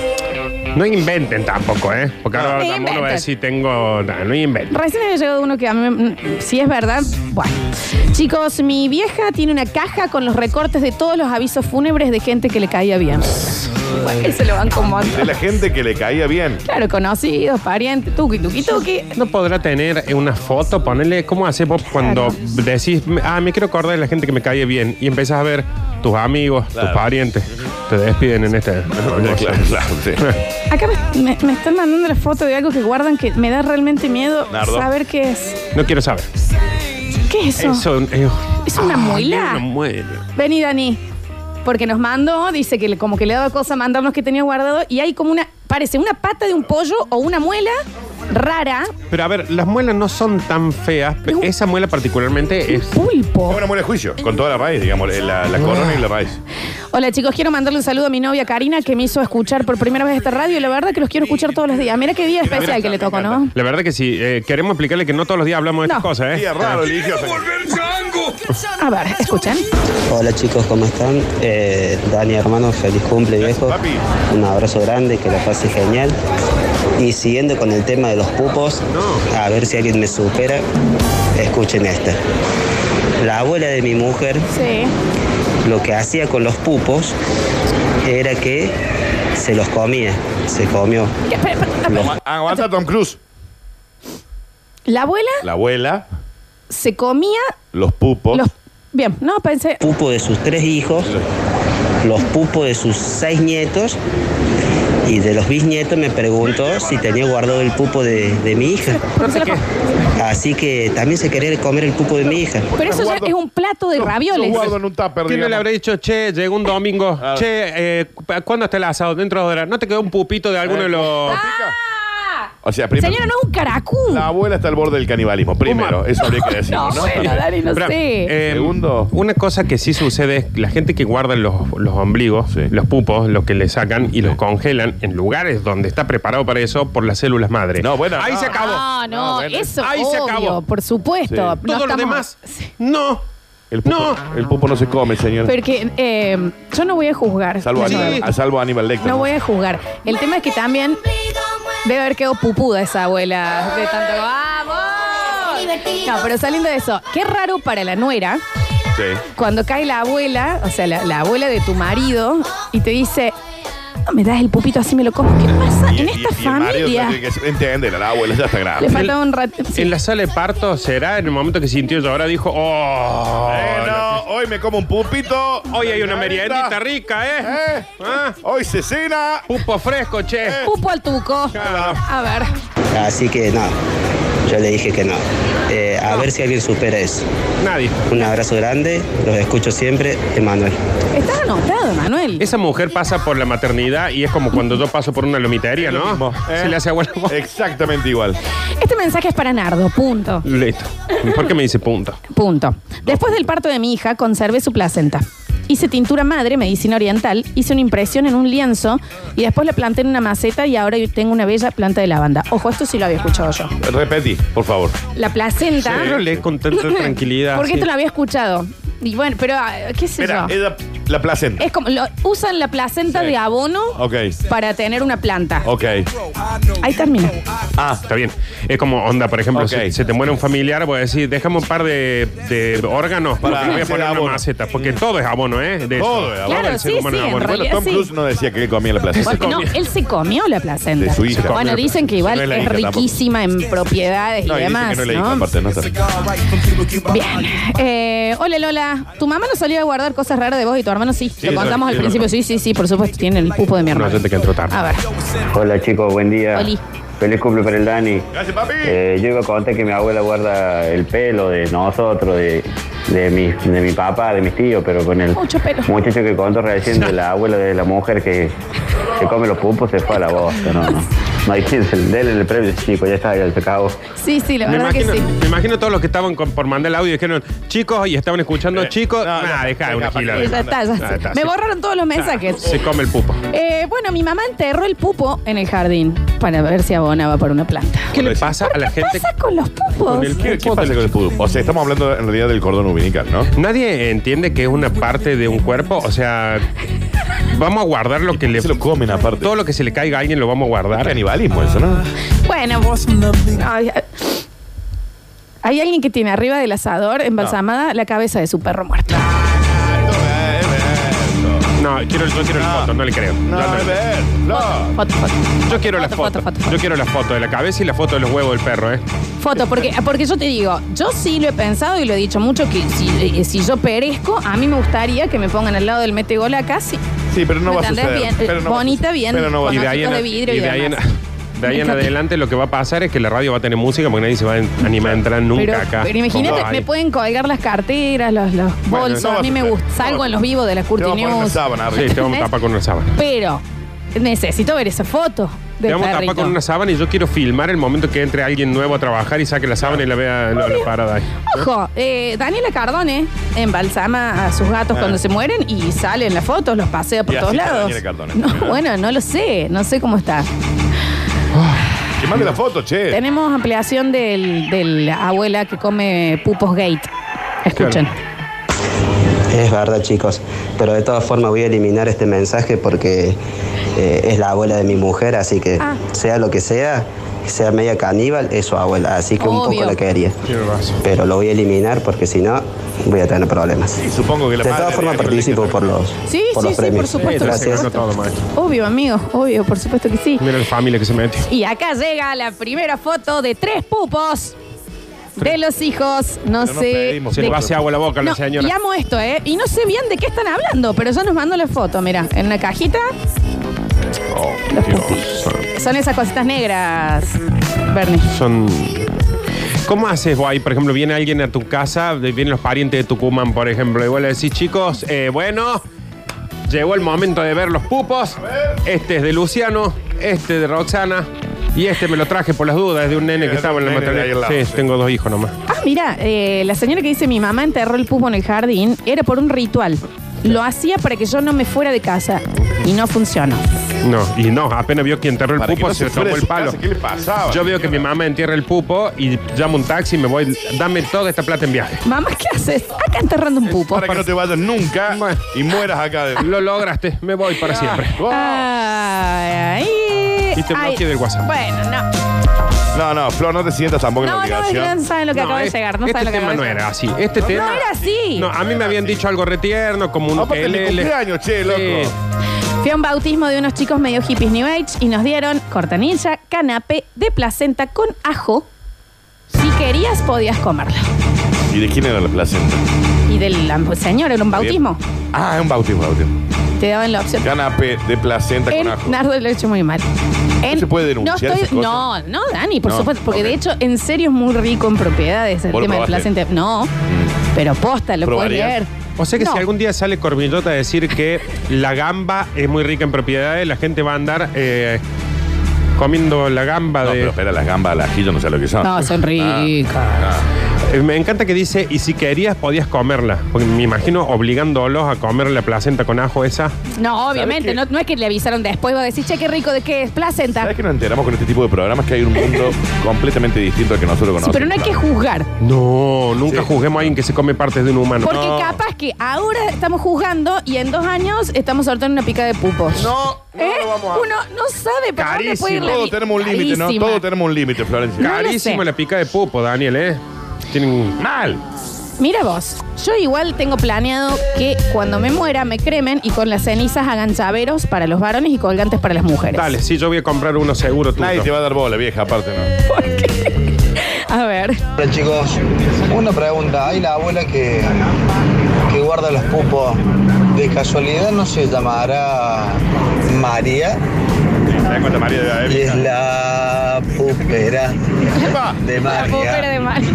[SPEAKER 3] No inventen tampoco, ¿eh? Porque ahora
[SPEAKER 1] No
[SPEAKER 3] vamos a
[SPEAKER 1] inventen.
[SPEAKER 3] ver si tengo. No, no inventen.
[SPEAKER 1] Recién había llegado uno que a mí, mm, si es verdad, bueno. Chicos, mi vieja tiene una caja con los recortes de todos los avisos fúnebres de gente que le caía bien. Bueno, que se lo van como
[SPEAKER 2] De la gente que le caía bien.
[SPEAKER 1] Claro, conocidos, parientes, tuki, tuki, tuki.
[SPEAKER 3] No podrá tener eh, una foto, ponerle. ¿Cómo haces vos cuando decís, ah, me quiero acordar de la gente que me cae bien? Y empezás a ver tus amigos,
[SPEAKER 2] Claro.
[SPEAKER 3] tus parientes. Te despiden en este.
[SPEAKER 2] Claro, claro, sí.
[SPEAKER 1] Acá me, me- me están mandando la foto de algo que guardan que me da realmente miedo
[SPEAKER 2] Nardo.
[SPEAKER 1] saber qué es.
[SPEAKER 3] No quiero saber.
[SPEAKER 1] ¿Qué es eso?
[SPEAKER 3] Eso. eh,
[SPEAKER 1] ¿Es una
[SPEAKER 3] ah,
[SPEAKER 1] muela?
[SPEAKER 3] Una muela.
[SPEAKER 1] Vení, Dani. Porque nos mandó, dice que le- como que le daba cosa mandarnos que tenía guardado y hay como una, parece una pata de un pollo o una muela rara,
[SPEAKER 3] Pero a ver, las muelas no son tan feas. pe-
[SPEAKER 1] No.
[SPEAKER 3] Esa muela particularmente es.
[SPEAKER 2] Es
[SPEAKER 1] pulpo.
[SPEAKER 2] una muela de juicio, con toda la raíz, digamos, eh, la, la corona y la raíz.
[SPEAKER 1] Hola chicos, quiero mandarle un saludo a mi novia Karina que me hizo escuchar por primera vez esta radio y la verdad que los quiero escuchar todos los días. Mira qué día especial que le toco, ¿no?
[SPEAKER 3] La verdad que sí. eh, queremos explicarle que no todos los días hablamos de
[SPEAKER 1] No.
[SPEAKER 3] estas cosas,
[SPEAKER 2] Día
[SPEAKER 3] ¿eh?
[SPEAKER 2] raro, le dije.
[SPEAKER 1] A ver, escuchen.
[SPEAKER 7] Hola chicos, ¿cómo están? Eh, Dani hermano, feliz cumple viejo.
[SPEAKER 2] papi.
[SPEAKER 7] Un abrazo grande, que la pases genial. Y siguiendo con el tema de los pupos, a ver si alguien me supera, escuchen esta. La abuela de mi mujer
[SPEAKER 1] Sí.
[SPEAKER 7] lo que hacía con los pupos era que se los comía, se comió.
[SPEAKER 1] ¿Qué? Espera, espera, espera.
[SPEAKER 2] Agua- Aguanta Tom Cruise.
[SPEAKER 1] La abuela
[SPEAKER 2] La abuela,
[SPEAKER 1] se comía
[SPEAKER 2] los pupos.
[SPEAKER 1] los... Bien, no, pensé...
[SPEAKER 7] Pupo de sus tres hijos, los pupos de sus seis nietos y de los bisnietos me preguntó si tenía guardado el pupo de, de mi hija.
[SPEAKER 1] pensé la-
[SPEAKER 7] Así que también se quería comer el pupo de mi hija.
[SPEAKER 1] Pero eso ya
[SPEAKER 2] Guardo-
[SPEAKER 1] es un plato de
[SPEAKER 2] Los-
[SPEAKER 1] ravioles.
[SPEAKER 2] Los guardo en un tupper,
[SPEAKER 3] ¿Quién no le
[SPEAKER 2] digamos.
[SPEAKER 3] habrá dicho, che, llegó un domingo,
[SPEAKER 2] Ah.
[SPEAKER 3] che, eh, ¿cuándo está el asado? Dentro de dos horas. ¿No te quedó un pupito de alguno de los...?
[SPEAKER 2] ¿Pica?
[SPEAKER 1] Ah,
[SPEAKER 2] O sea, primero.
[SPEAKER 1] Señora, no es un caracú.
[SPEAKER 2] La abuela está al borde del canibalismo, primero. Eso habría que decirlo,
[SPEAKER 1] No,
[SPEAKER 2] ¿no?
[SPEAKER 1] bueno, Dani, no
[SPEAKER 3] Pero,
[SPEAKER 1] sé.
[SPEAKER 3] eh,
[SPEAKER 2] Segundo.
[SPEAKER 3] Una cosa que sí sucede es que la gente que guarda los, los ombligos,
[SPEAKER 2] Sí.
[SPEAKER 3] los pupos, los que le sacan y los congelan en lugares donde está preparado para eso por las células madre.
[SPEAKER 2] No, bueno,
[SPEAKER 3] Ahí
[SPEAKER 2] no.
[SPEAKER 3] se acabó.
[SPEAKER 1] No, Ah, no,
[SPEAKER 2] bueno.
[SPEAKER 1] eso
[SPEAKER 3] Ahí se
[SPEAKER 1] obvio,
[SPEAKER 3] acabó.
[SPEAKER 1] por supuesto.
[SPEAKER 2] Sí.
[SPEAKER 1] No
[SPEAKER 3] Todo lo
[SPEAKER 1] estamos-
[SPEAKER 3] demás. No.
[SPEAKER 2] El pupo,
[SPEAKER 3] No.
[SPEAKER 2] el pupo no se come, señor.
[SPEAKER 1] Porque eh, yo no voy a juzgar.
[SPEAKER 2] Salvo,
[SPEAKER 1] Sí.
[SPEAKER 2] Aníbal, a salvo Aníbal Lecter.
[SPEAKER 1] No voy a juzgar. El tema es que también debe haber quedado pupuda esa abuela de tanto. ¡Vamos! No, pero saliendo de eso, qué raro para la nuera
[SPEAKER 2] Sí.
[SPEAKER 1] cuando cae la abuela, o sea, la, la abuela de tu marido, y te dice, "No me das el pupito así me lo como. ¿Qué pasa
[SPEAKER 2] Y-
[SPEAKER 1] en
[SPEAKER 2] y-
[SPEAKER 1] esta
[SPEAKER 2] y el marido
[SPEAKER 1] familia?
[SPEAKER 2] tiene que- Entiéndela, la abuela ya está
[SPEAKER 1] Le
[SPEAKER 2] grave.
[SPEAKER 1] falta un rato. sí.
[SPEAKER 3] En la sala de parto será en el momento que sintió llorar, dijo, oh,
[SPEAKER 2] Eh, no, hoy me como un pupito.
[SPEAKER 3] hoy hay una meriendita rica, ¿eh?
[SPEAKER 2] Eh,
[SPEAKER 3] Ah,
[SPEAKER 2] Hoy se cena.
[SPEAKER 3] Pupo fresco, che.
[SPEAKER 1] Pupo al tuco. A ver.
[SPEAKER 7] Así que no, yo le dije que no. Eh, a ver si alguien supera eso.
[SPEAKER 3] Nadie.
[SPEAKER 7] Un abrazo grande, los escucho siempre, Emanuel.
[SPEAKER 1] Estás anotado, Manuel.
[SPEAKER 3] Esa mujer pasa por la maternidad y es como cuando yo paso por una lomitería,
[SPEAKER 2] Lo
[SPEAKER 3] ¿no?
[SPEAKER 2] mismo, eh.
[SPEAKER 3] Se le hace abuelo.
[SPEAKER 2] Exactamente igual.
[SPEAKER 1] Este mensaje es para Nardo, punto.
[SPEAKER 3] Listo. ¿Por qué me dice punto?
[SPEAKER 1] Punto. Después del parto de mi hija, conservé su placenta. Hice tintura madre, medicina oriental, hice una impresión en un lienzo y después la planté en una maceta y ahora yo tengo una bella planta de lavanda. Ojo, esto sí lo había escuchado yo.
[SPEAKER 2] Repetí, por favor.
[SPEAKER 1] La placenta.
[SPEAKER 3] Pero lees con tanta tranquilidad.
[SPEAKER 1] Porque
[SPEAKER 3] sí.
[SPEAKER 1] esto lo había escuchado. Y bueno, pero ah, qué sé
[SPEAKER 2] Mira,
[SPEAKER 1] yo.
[SPEAKER 2] ella- la placenta.
[SPEAKER 1] Es como, lo- usan la placenta de abono
[SPEAKER 2] Ok,
[SPEAKER 1] para tener una planta.
[SPEAKER 2] ok.
[SPEAKER 1] Ahí termina.
[SPEAKER 3] Ah, está bien. Es como onda, por ejemplo,
[SPEAKER 2] Ok.
[SPEAKER 3] si se te muere un familiar, voy a decir, déjame un par de, de órganos
[SPEAKER 2] Para
[SPEAKER 3] para voy a
[SPEAKER 2] hacer
[SPEAKER 3] poner una
[SPEAKER 2] abono.
[SPEAKER 3] maceta. Porque todo es abono, ¿eh? De eso.
[SPEAKER 2] Todo es abono.
[SPEAKER 1] Claro,
[SPEAKER 3] el ser
[SPEAKER 1] sí,
[SPEAKER 3] humano
[SPEAKER 1] sí,
[SPEAKER 3] es
[SPEAKER 1] en
[SPEAKER 3] abono.
[SPEAKER 1] realidad.
[SPEAKER 2] Bueno, Tom
[SPEAKER 1] sí.
[SPEAKER 2] Cruise no decía que él comía la placenta.
[SPEAKER 1] Bueno, no, él se comió la placenta.
[SPEAKER 2] De su hija. Se
[SPEAKER 1] Bueno,
[SPEAKER 2] comió.
[SPEAKER 1] dicen que igual
[SPEAKER 2] No es la
[SPEAKER 1] es
[SPEAKER 2] hija tampoco.
[SPEAKER 1] riquísima en propiedades y
[SPEAKER 2] No, y dice
[SPEAKER 1] demás.
[SPEAKER 2] que no le
[SPEAKER 1] ¿no?
[SPEAKER 2] dijo, aparte, no está.
[SPEAKER 1] Bien. Eh, hola Lola, tu mamá no salió a guardar cosas raras de vos y tu hermano sí. Lo
[SPEAKER 2] eso-
[SPEAKER 1] contamos al
[SPEAKER 2] eso-
[SPEAKER 1] principio, sí, sí, sí, por supuesto, tiene el pupo de mi
[SPEAKER 3] No,
[SPEAKER 1] hermano.
[SPEAKER 3] gente que entró tarde.
[SPEAKER 1] A ver,
[SPEAKER 7] Hola chicos, buen día.
[SPEAKER 1] Oli.
[SPEAKER 7] Feliz cumple para el Dani.
[SPEAKER 2] Gracias, papi.
[SPEAKER 7] Eh, yo iba a contar que mi abuela guarda el pelo de nosotros, de, de, mi, de mi papá, de mis tíos, pero con el
[SPEAKER 1] Mucho pelo.
[SPEAKER 7] muchacho que contó recién de la abuela de la mujer que se come los pupos se fue a la bosta, no, no. No hay quien se dele el premio, chico, ya está, ya se acabó.
[SPEAKER 1] Sí, sí, la
[SPEAKER 3] Me
[SPEAKER 1] verdad que
[SPEAKER 3] imagino,
[SPEAKER 1] sí.
[SPEAKER 3] me imagino todos los que estaban con- por mandar el audio y dijeron, chicos, y estaban escuchando,
[SPEAKER 2] Eh,
[SPEAKER 3] chicos,
[SPEAKER 2] no,
[SPEAKER 3] nah,
[SPEAKER 2] no,
[SPEAKER 3] dejá, una
[SPEAKER 2] capaz que-
[SPEAKER 3] gilada.
[SPEAKER 1] Sí, ya está, ya está.
[SPEAKER 3] Ah, está,
[SPEAKER 1] Me
[SPEAKER 3] sí.
[SPEAKER 1] borraron todos los mensajes.
[SPEAKER 3] Se come el pupo.
[SPEAKER 1] Eh, bueno, mi mamá enterró el pupo en el jardín para ver si abonaba para una planta.
[SPEAKER 3] ¿Qué le pasa a la
[SPEAKER 1] ¿Qué
[SPEAKER 3] gente?
[SPEAKER 1] pasa con los pupos?
[SPEAKER 3] con el-
[SPEAKER 2] ¿Qué, qué pasa con el pudú? O sea, estamos hablando en realidad del cordón umbilical, ¿no?
[SPEAKER 3] Nadie entiende que es una parte de un cuerpo, o sea, vamos a guardar lo que le...
[SPEAKER 2] Se lo comen aparte.
[SPEAKER 3] Todo lo que se le caiga a alguien lo vamos a
[SPEAKER 2] Es
[SPEAKER 3] guardar.
[SPEAKER 2] canibalismo eso, ¿no?
[SPEAKER 1] Bueno, vos. Ay, ay. hay alguien que tiene arriba del asador embalsamada la cabeza de su perro muerto.
[SPEAKER 2] eh,
[SPEAKER 3] No, quiero, yo quiero la foto, no le creo.
[SPEAKER 2] No,
[SPEAKER 3] Yo no-
[SPEAKER 2] Albert, no.
[SPEAKER 1] Foto, foto.
[SPEAKER 3] Yo quiero la
[SPEAKER 1] Foto,
[SPEAKER 3] foto.
[SPEAKER 1] foto, foto, foto.
[SPEAKER 3] Yo quiero la foto de la cabeza y la foto de los huevos del perro, ¿eh?
[SPEAKER 1] Foto, porque, porque yo te digo, yo sí lo he pensado y lo he dicho mucho, que si, eh, si yo perezco, a mí me gustaría que me pongan al lado del metegol acá, sí.
[SPEAKER 2] Sí, pero no
[SPEAKER 1] ¿Me
[SPEAKER 2] va a
[SPEAKER 1] entendés?
[SPEAKER 2] suceder.
[SPEAKER 1] Bien, eh,
[SPEAKER 2] pero no va a
[SPEAKER 1] bonita,
[SPEAKER 2] suceder.
[SPEAKER 1] bien,
[SPEAKER 2] Pero no va a
[SPEAKER 1] con
[SPEAKER 3] Y de
[SPEAKER 2] suceder.
[SPEAKER 3] ahí en,
[SPEAKER 1] de vidrio
[SPEAKER 3] y
[SPEAKER 1] y
[SPEAKER 3] de ahí en-
[SPEAKER 1] demás.
[SPEAKER 3] de ahí en
[SPEAKER 1] Me encanta.
[SPEAKER 3] adelante lo que va a pasar es que la radio va a tener música porque nadie se va a en- animar a entrar nunca
[SPEAKER 1] Pero,
[SPEAKER 3] acá.
[SPEAKER 1] pero imagínate,
[SPEAKER 3] Como
[SPEAKER 1] me
[SPEAKER 3] ahí.
[SPEAKER 1] pueden colgar las carteras, los, los
[SPEAKER 2] Bueno,
[SPEAKER 1] bolsos,
[SPEAKER 2] no va
[SPEAKER 1] a mí
[SPEAKER 2] a
[SPEAKER 1] me
[SPEAKER 2] suceder.
[SPEAKER 1] gusta. Salgo
[SPEAKER 2] No.
[SPEAKER 1] en los vivos de las
[SPEAKER 2] Te
[SPEAKER 1] Curti
[SPEAKER 2] vamos a poner una
[SPEAKER 1] News.
[SPEAKER 2] sábana arriba.
[SPEAKER 3] Sí, te vamos a
[SPEAKER 1] ¿entendés?
[SPEAKER 3] tapar con una sábana.
[SPEAKER 1] Pero necesito ver esa foto
[SPEAKER 3] Te
[SPEAKER 1] del
[SPEAKER 3] vamos a tapar
[SPEAKER 1] perrito.
[SPEAKER 3] con una sábana y yo quiero filmar el momento que entre alguien nuevo a trabajar y saque la sábana y la vea en la, la parada ahí.
[SPEAKER 1] Ojo, eh, Daniela Cardone embalsama a sus gatos cuando se mueren y salen las fotos, los pasea por
[SPEAKER 2] Ah. Y así
[SPEAKER 1] todos
[SPEAKER 2] está
[SPEAKER 1] lados.
[SPEAKER 2] Daniela Cardone.
[SPEAKER 1] No,
[SPEAKER 2] Mirá.
[SPEAKER 1] bueno, no lo sé, no sé cómo está.
[SPEAKER 2] Que mande la foto, che.
[SPEAKER 1] Tenemos ampliación del, del abuela que come pupos gate. Escuchen.
[SPEAKER 12] Es verdad, chicos, pero de todas formas voy a eliminar este mensaje porque eh, es la abuela de mi mujer, así que
[SPEAKER 1] Ah.
[SPEAKER 12] sea lo que sea, sea media caníbal, es su abuela, así que un
[SPEAKER 1] Obvio.
[SPEAKER 12] poco la quería.
[SPEAKER 3] Tiene razón.
[SPEAKER 12] Pero lo voy a eliminar porque si no, voy a tener problemas.
[SPEAKER 2] Y supongo que la
[SPEAKER 12] De
[SPEAKER 2] madre
[SPEAKER 12] todas formas
[SPEAKER 2] Daniela
[SPEAKER 12] participo
[SPEAKER 2] Cardone-
[SPEAKER 12] por los,
[SPEAKER 1] Sí,
[SPEAKER 12] por
[SPEAKER 1] sí,
[SPEAKER 12] los
[SPEAKER 1] sí,
[SPEAKER 12] premios.
[SPEAKER 1] por supuesto.
[SPEAKER 3] Está
[SPEAKER 12] Gracias.
[SPEAKER 3] sacando todo, maestro.
[SPEAKER 1] Obvio, amigo, obvio, por supuesto que sí.
[SPEAKER 3] Mira la familia que se mete.
[SPEAKER 1] Y acá llega la primera foto de tres pupos de los hijos. No
[SPEAKER 2] Pero no
[SPEAKER 1] sé.
[SPEAKER 2] pedimos
[SPEAKER 3] Se
[SPEAKER 1] de-
[SPEAKER 3] le va hacia agua la boca a la
[SPEAKER 1] No,
[SPEAKER 3] señora.
[SPEAKER 1] Y amo esto, ¿eh? Y no sé bien de qué están hablando, pero yo nos mando la foto, mira, en una cajita.
[SPEAKER 2] Oh,
[SPEAKER 1] Los
[SPEAKER 2] Dios.
[SPEAKER 1] pupis. Son esas cositas negras, Bernie.
[SPEAKER 3] Son. ¿Cómo haces vos ahí? Por ejemplo, viene alguien a tu casa, de- vienen los parientes de Tucumán, por ejemplo, y vos le decís, chicos, eh, bueno, llegó el momento de ver los pupos. Este es de Luciano, este de Roxana, y este me lo traje por las dudas, es de un nene que
[SPEAKER 2] Era
[SPEAKER 3] estaba en la
[SPEAKER 2] un nene de ahí al
[SPEAKER 3] maternidad.
[SPEAKER 2] lado,
[SPEAKER 3] Sí,
[SPEAKER 2] sí.
[SPEAKER 3] tengo dos hijos nomás.
[SPEAKER 1] Ah, mira, eh, la señora que dice mi mamá enterró el pupo en el jardín era por un ritual. Lo hacía para que yo no me fuera de casa y no funcionó.
[SPEAKER 3] No, y no, apenas vio que enterró el
[SPEAKER 2] Para que
[SPEAKER 3] pupo,
[SPEAKER 2] no
[SPEAKER 3] se,
[SPEAKER 2] se fuera
[SPEAKER 3] tomó
[SPEAKER 2] de
[SPEAKER 3] el
[SPEAKER 2] su
[SPEAKER 3] palo.
[SPEAKER 2] casa, ¿qué le pasaba,
[SPEAKER 3] Yo veo que mi
[SPEAKER 2] señora?
[SPEAKER 3] mamá entierra el pupo y llamo un taxi y me voy, dame toda esta plata en viaje.
[SPEAKER 1] Mamá, ¿qué haces? Acá enterrando un pupo.
[SPEAKER 2] Para que no te vayas nunca
[SPEAKER 3] Bueno.
[SPEAKER 2] y mueras acá de.
[SPEAKER 3] Lo lograste, me voy para siempre.
[SPEAKER 2] Wow.
[SPEAKER 1] Ah. Ay, ay,
[SPEAKER 3] Y te
[SPEAKER 1] ay.
[SPEAKER 3] bloqueé del WhatsApp.
[SPEAKER 1] Bueno, no.
[SPEAKER 2] No, no, Flor, no te sientas tampoco en la
[SPEAKER 1] No, no,
[SPEAKER 2] obligación.
[SPEAKER 1] no saben lo que acaba de
[SPEAKER 3] es-
[SPEAKER 1] llegar. No
[SPEAKER 3] este
[SPEAKER 1] saben lo que
[SPEAKER 3] tema
[SPEAKER 1] acaba
[SPEAKER 3] no
[SPEAKER 1] de
[SPEAKER 3] era
[SPEAKER 1] llegar.
[SPEAKER 3] así. Este tema.
[SPEAKER 1] No era así.
[SPEAKER 3] No, a mí me habían dicho algo retierno, como un
[SPEAKER 2] Aparte, Ah, mi
[SPEAKER 3] ukelele.
[SPEAKER 2] cumpleaños, che, loco.
[SPEAKER 1] Fui a un bautismo de unos chicos medio hippies New Age y nos dieron cortanilla, canapé de placenta con ajo. Si querías, podías comerlo.
[SPEAKER 2] ¿Y de quién era la placenta?
[SPEAKER 1] Y del am- señor, era un bautismo.
[SPEAKER 2] Ah, es un bautismo, bautismo.
[SPEAKER 1] Te daban la opción.
[SPEAKER 2] Canapé de placenta
[SPEAKER 1] En,
[SPEAKER 2] con ajo.
[SPEAKER 1] Nardo lo he hecho muy mal. En-
[SPEAKER 2] se puede denunciar
[SPEAKER 1] No,
[SPEAKER 2] esas
[SPEAKER 1] no,
[SPEAKER 2] cosas?
[SPEAKER 1] no, Dani, por
[SPEAKER 2] No,
[SPEAKER 1] supuesto. Porque
[SPEAKER 2] ok.
[SPEAKER 1] de hecho, en serio es muy rico en propiedades el
[SPEAKER 2] ¿Vos lo
[SPEAKER 1] tema de
[SPEAKER 2] probaste? Mm.
[SPEAKER 1] placenta. No, pero posta, lo puedes
[SPEAKER 2] ¿Probarías?
[SPEAKER 1] leer.
[SPEAKER 3] O sea que
[SPEAKER 1] No.
[SPEAKER 3] si algún día sale Corbillota a decir que la gamba es muy rica en propiedades, la gente va a andar eh, comiendo la gamba
[SPEAKER 2] No,
[SPEAKER 3] de.
[SPEAKER 2] pero espera, las gambas al ajillo no sé lo que son.
[SPEAKER 1] No, son ricas.
[SPEAKER 3] Eh, me encanta que dice, y si querías podías comerla. Porque me imagino obligándolos a comer la placenta con ajo esa.
[SPEAKER 1] No, obviamente,
[SPEAKER 2] qué?
[SPEAKER 1] no, no es que le avisaron después, va a decir, che, qué rico, ¿de qué es? Placenta.
[SPEAKER 2] ¿Sabes que nos enteramos con este tipo de programas que hay un mundo completamente distinto al que nosotros
[SPEAKER 1] Sí,
[SPEAKER 2] conocemos?
[SPEAKER 1] pero no hay que juzgar.
[SPEAKER 3] No, nunca
[SPEAKER 2] Sí.
[SPEAKER 3] juzguemos a alguien que se come partes de un humano.
[SPEAKER 1] Porque
[SPEAKER 3] No.
[SPEAKER 1] capaz que ahora estamos juzgando y en dos años estamos sorteando una pica de pupos.
[SPEAKER 2] No, no
[SPEAKER 1] ¿Eh?
[SPEAKER 2] lo vamos a...
[SPEAKER 1] Uno no sabe para dónde puede ir
[SPEAKER 3] Carísimo.
[SPEAKER 1] la
[SPEAKER 2] Todos
[SPEAKER 1] vi-
[SPEAKER 2] tenemos un límite, ¿no?
[SPEAKER 1] Carísima.
[SPEAKER 2] Todos tenemos un límite, Florencia.
[SPEAKER 1] lo
[SPEAKER 3] Carísimo
[SPEAKER 1] sé.
[SPEAKER 3] la pica de pupo, Daniel, ¿eh? Tienen mal.
[SPEAKER 1] Mira vos, yo igual tengo planeado que cuando me muera me cremen y con las cenizas hagan llaveros para los varones y colgantes para las mujeres.
[SPEAKER 3] Dale, sí, yo voy a comprar uno seguro tuyo.
[SPEAKER 2] Nadie te va a dar bola, vieja, aparte, ¿no?
[SPEAKER 1] A ver.
[SPEAKER 5] Hola chicos, una pregunta, hay la abuela que, que guarda los pupos, de casualidad no se llamará María
[SPEAKER 2] ¿Te das cuenta, María? de la
[SPEAKER 5] y
[SPEAKER 2] vieja?
[SPEAKER 5] es la
[SPEAKER 13] La pupera de
[SPEAKER 1] La popera de Mario.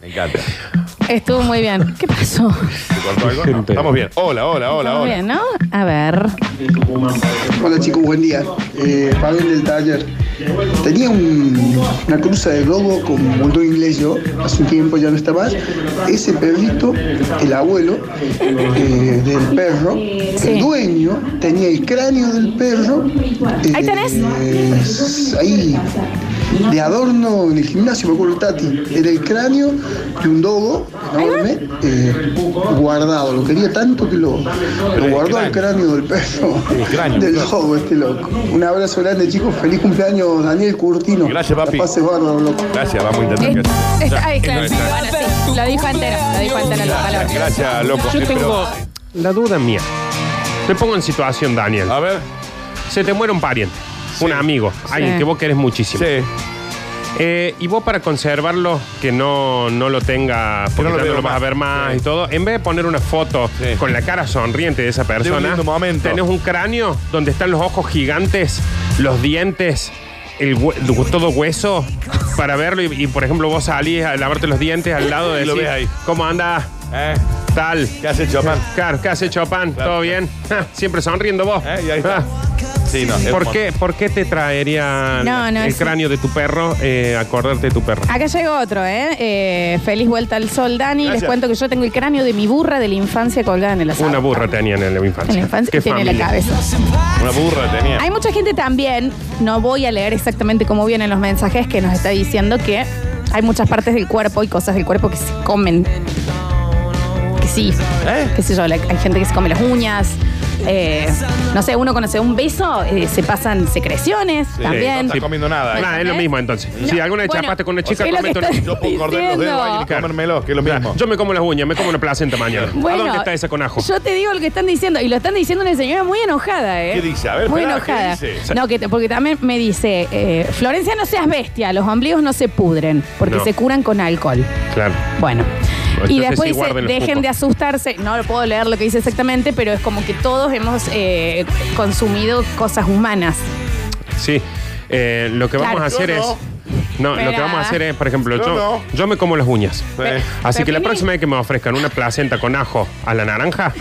[SPEAKER 2] Me encanta.
[SPEAKER 1] Estuvo muy bien. ¿Qué pasó?
[SPEAKER 2] ¿Te contó algo? No. Estamos bien. Hola, hola, hola,
[SPEAKER 1] Muy
[SPEAKER 2] hola.
[SPEAKER 1] bien, ¿no? A ver.
[SPEAKER 14] Hola chicos, buen día. Eh, Fabián del taller. Tenía un- una cruza de globo con un montón inglés yo, hace un tiempo ya no está más. Ese perrito, el abuelo eh, del perro, el dueño, tenía el cráneo del perro.
[SPEAKER 1] Ahí tenés.
[SPEAKER 14] eh, ahí, de adorno en el gimnasio, me acuerdo el Tati. Era el cráneo de un dogo enorme, eh, guardado. Lo quería tanto que lo, lo guardó el cráneo del perro. del dogo, este loco. Un abrazo grande, chicos. Feliz cumpleaños, Daniel Curtino. Gracias, papi. La pases bárbaro, loco.
[SPEAKER 2] Gracias, vamos a intentar. que-
[SPEAKER 1] Es-
[SPEAKER 2] Ya,
[SPEAKER 1] Ay,
[SPEAKER 2] es
[SPEAKER 1] claro, sí,
[SPEAKER 2] nuestra.
[SPEAKER 1] bueno, sí. Lo dijo entero. Lo dijo entero la palabra.
[SPEAKER 2] Gracias, loco.
[SPEAKER 3] Yo
[SPEAKER 2] Pero-
[SPEAKER 3] tengo la duda mía. Te pongo en situación, Daniel. A
[SPEAKER 2] ver.
[SPEAKER 3] Se te muere un pariente, un amigo, alguien
[SPEAKER 2] Ah. Sí.
[SPEAKER 3] que vos querés muchísimo.
[SPEAKER 2] Sí.
[SPEAKER 3] Eh, y vos para conservarlo, que no, no lo tenga, porque
[SPEAKER 2] no lo
[SPEAKER 3] ya no
[SPEAKER 2] veo
[SPEAKER 3] lo vas a
[SPEAKER 2] más.
[SPEAKER 3] ver más y todo, en vez de poner una foto con la cara sonriente de esa persona,
[SPEAKER 2] lindo
[SPEAKER 3] tenés un cráneo donde están los ojos gigantes, los dientes, el hue- todo hueso, para verlo y, y, por ejemplo vos salís a lavarte los dientes al lado de
[SPEAKER 2] Y lo ves ahí.
[SPEAKER 3] ¿Cómo anda?
[SPEAKER 2] ¿Eh?
[SPEAKER 3] Tal. ¿Qué
[SPEAKER 2] hace Chopin?
[SPEAKER 3] Claro, ¿qué hace Chopin? ¿Todo bien? Ja, Siempre sonriendo vos.
[SPEAKER 2] ¿Eh?
[SPEAKER 3] Ah,
[SPEAKER 1] Ah.
[SPEAKER 2] Sí, no, es
[SPEAKER 3] ¿Por,
[SPEAKER 2] un
[SPEAKER 3] qué, ¿Por qué te traería
[SPEAKER 1] No, no,
[SPEAKER 3] el
[SPEAKER 1] es-
[SPEAKER 3] cráneo de tu perro eh, acordarte de tu perro?
[SPEAKER 1] Acá llegó otro, ¿eh? Eh, Feliz vuelta al sol, Dani. Les
[SPEAKER 3] Gracias.
[SPEAKER 1] cuento que yo tengo el cráneo de mi burra de la infancia colgada en el asado.
[SPEAKER 3] Una burra tenían en la infancia.
[SPEAKER 1] En la infancia
[SPEAKER 3] Qué
[SPEAKER 1] tiene la
[SPEAKER 3] familia.
[SPEAKER 1] cabeza.
[SPEAKER 2] Una burra tenía.
[SPEAKER 1] Hay mucha gente también, no voy a leer exactamente cómo vienen los mensajes, que nos está diciendo que hay muchas partes del cuerpo y cosas del cuerpo que se comen. Que sí.
[SPEAKER 3] ¿Eh?
[SPEAKER 1] Qué sé yo, la- hay gente que se come las uñas. eh, no sé, uno conoce un beso, eh, se pasan secreciones
[SPEAKER 3] Sí,
[SPEAKER 1] también.
[SPEAKER 3] no está comiendo
[SPEAKER 2] nada, ¿eh?
[SPEAKER 3] Nada, Ah, es lo mismo entonces.
[SPEAKER 1] No.
[SPEAKER 3] Si alguna vez
[SPEAKER 1] Bueno,
[SPEAKER 3] chapaste con una
[SPEAKER 1] o
[SPEAKER 3] chica,
[SPEAKER 1] sea, es lo que
[SPEAKER 3] comete una-
[SPEAKER 1] estoy Yo puedo cortar los dedos ahí y diciendo.
[SPEAKER 2] comérmelos, que es lo mismo.
[SPEAKER 3] Yo me como las uñas, me como una placenta mañana. ¿A
[SPEAKER 1] Bueno,
[SPEAKER 3] dónde está esa con ajo?
[SPEAKER 1] Yo te digo lo que están diciendo, y lo están diciendo una señora muy enojada, ¿eh?
[SPEAKER 3] ¿Qué dice? A ver,
[SPEAKER 1] muy
[SPEAKER 3] pará, ¿qué
[SPEAKER 1] enojada.
[SPEAKER 3] dice?
[SPEAKER 1] No, que te- porque también me dice, eh, Florencia, no seas bestia, los ombligos no se pudren, porque
[SPEAKER 3] No.
[SPEAKER 1] se curan con alcohol.
[SPEAKER 3] Claro.
[SPEAKER 1] Bueno.
[SPEAKER 3] Entonces
[SPEAKER 1] y
[SPEAKER 3] sí,
[SPEAKER 1] después dice,
[SPEAKER 3] guarden los
[SPEAKER 1] dejen
[SPEAKER 3] pulpos.
[SPEAKER 1] de asustarse. No lo puedo leer lo que dice exactamente, pero es como que todos hemos eh, consumido cosas humanas.
[SPEAKER 3] Sí. Eh, lo que vamos
[SPEAKER 1] Claro.
[SPEAKER 3] a hacer
[SPEAKER 1] Yo
[SPEAKER 3] es. No,
[SPEAKER 1] no.
[SPEAKER 3] lo que
[SPEAKER 1] Espera.
[SPEAKER 3] vamos a hacer es, por ejemplo,
[SPEAKER 1] Yo
[SPEAKER 3] yo,
[SPEAKER 1] no.
[SPEAKER 3] yo me como las uñas. Así que la
[SPEAKER 1] Pepini.
[SPEAKER 3] próxima vez que me ofrezcan una placenta con ajo a la naranja,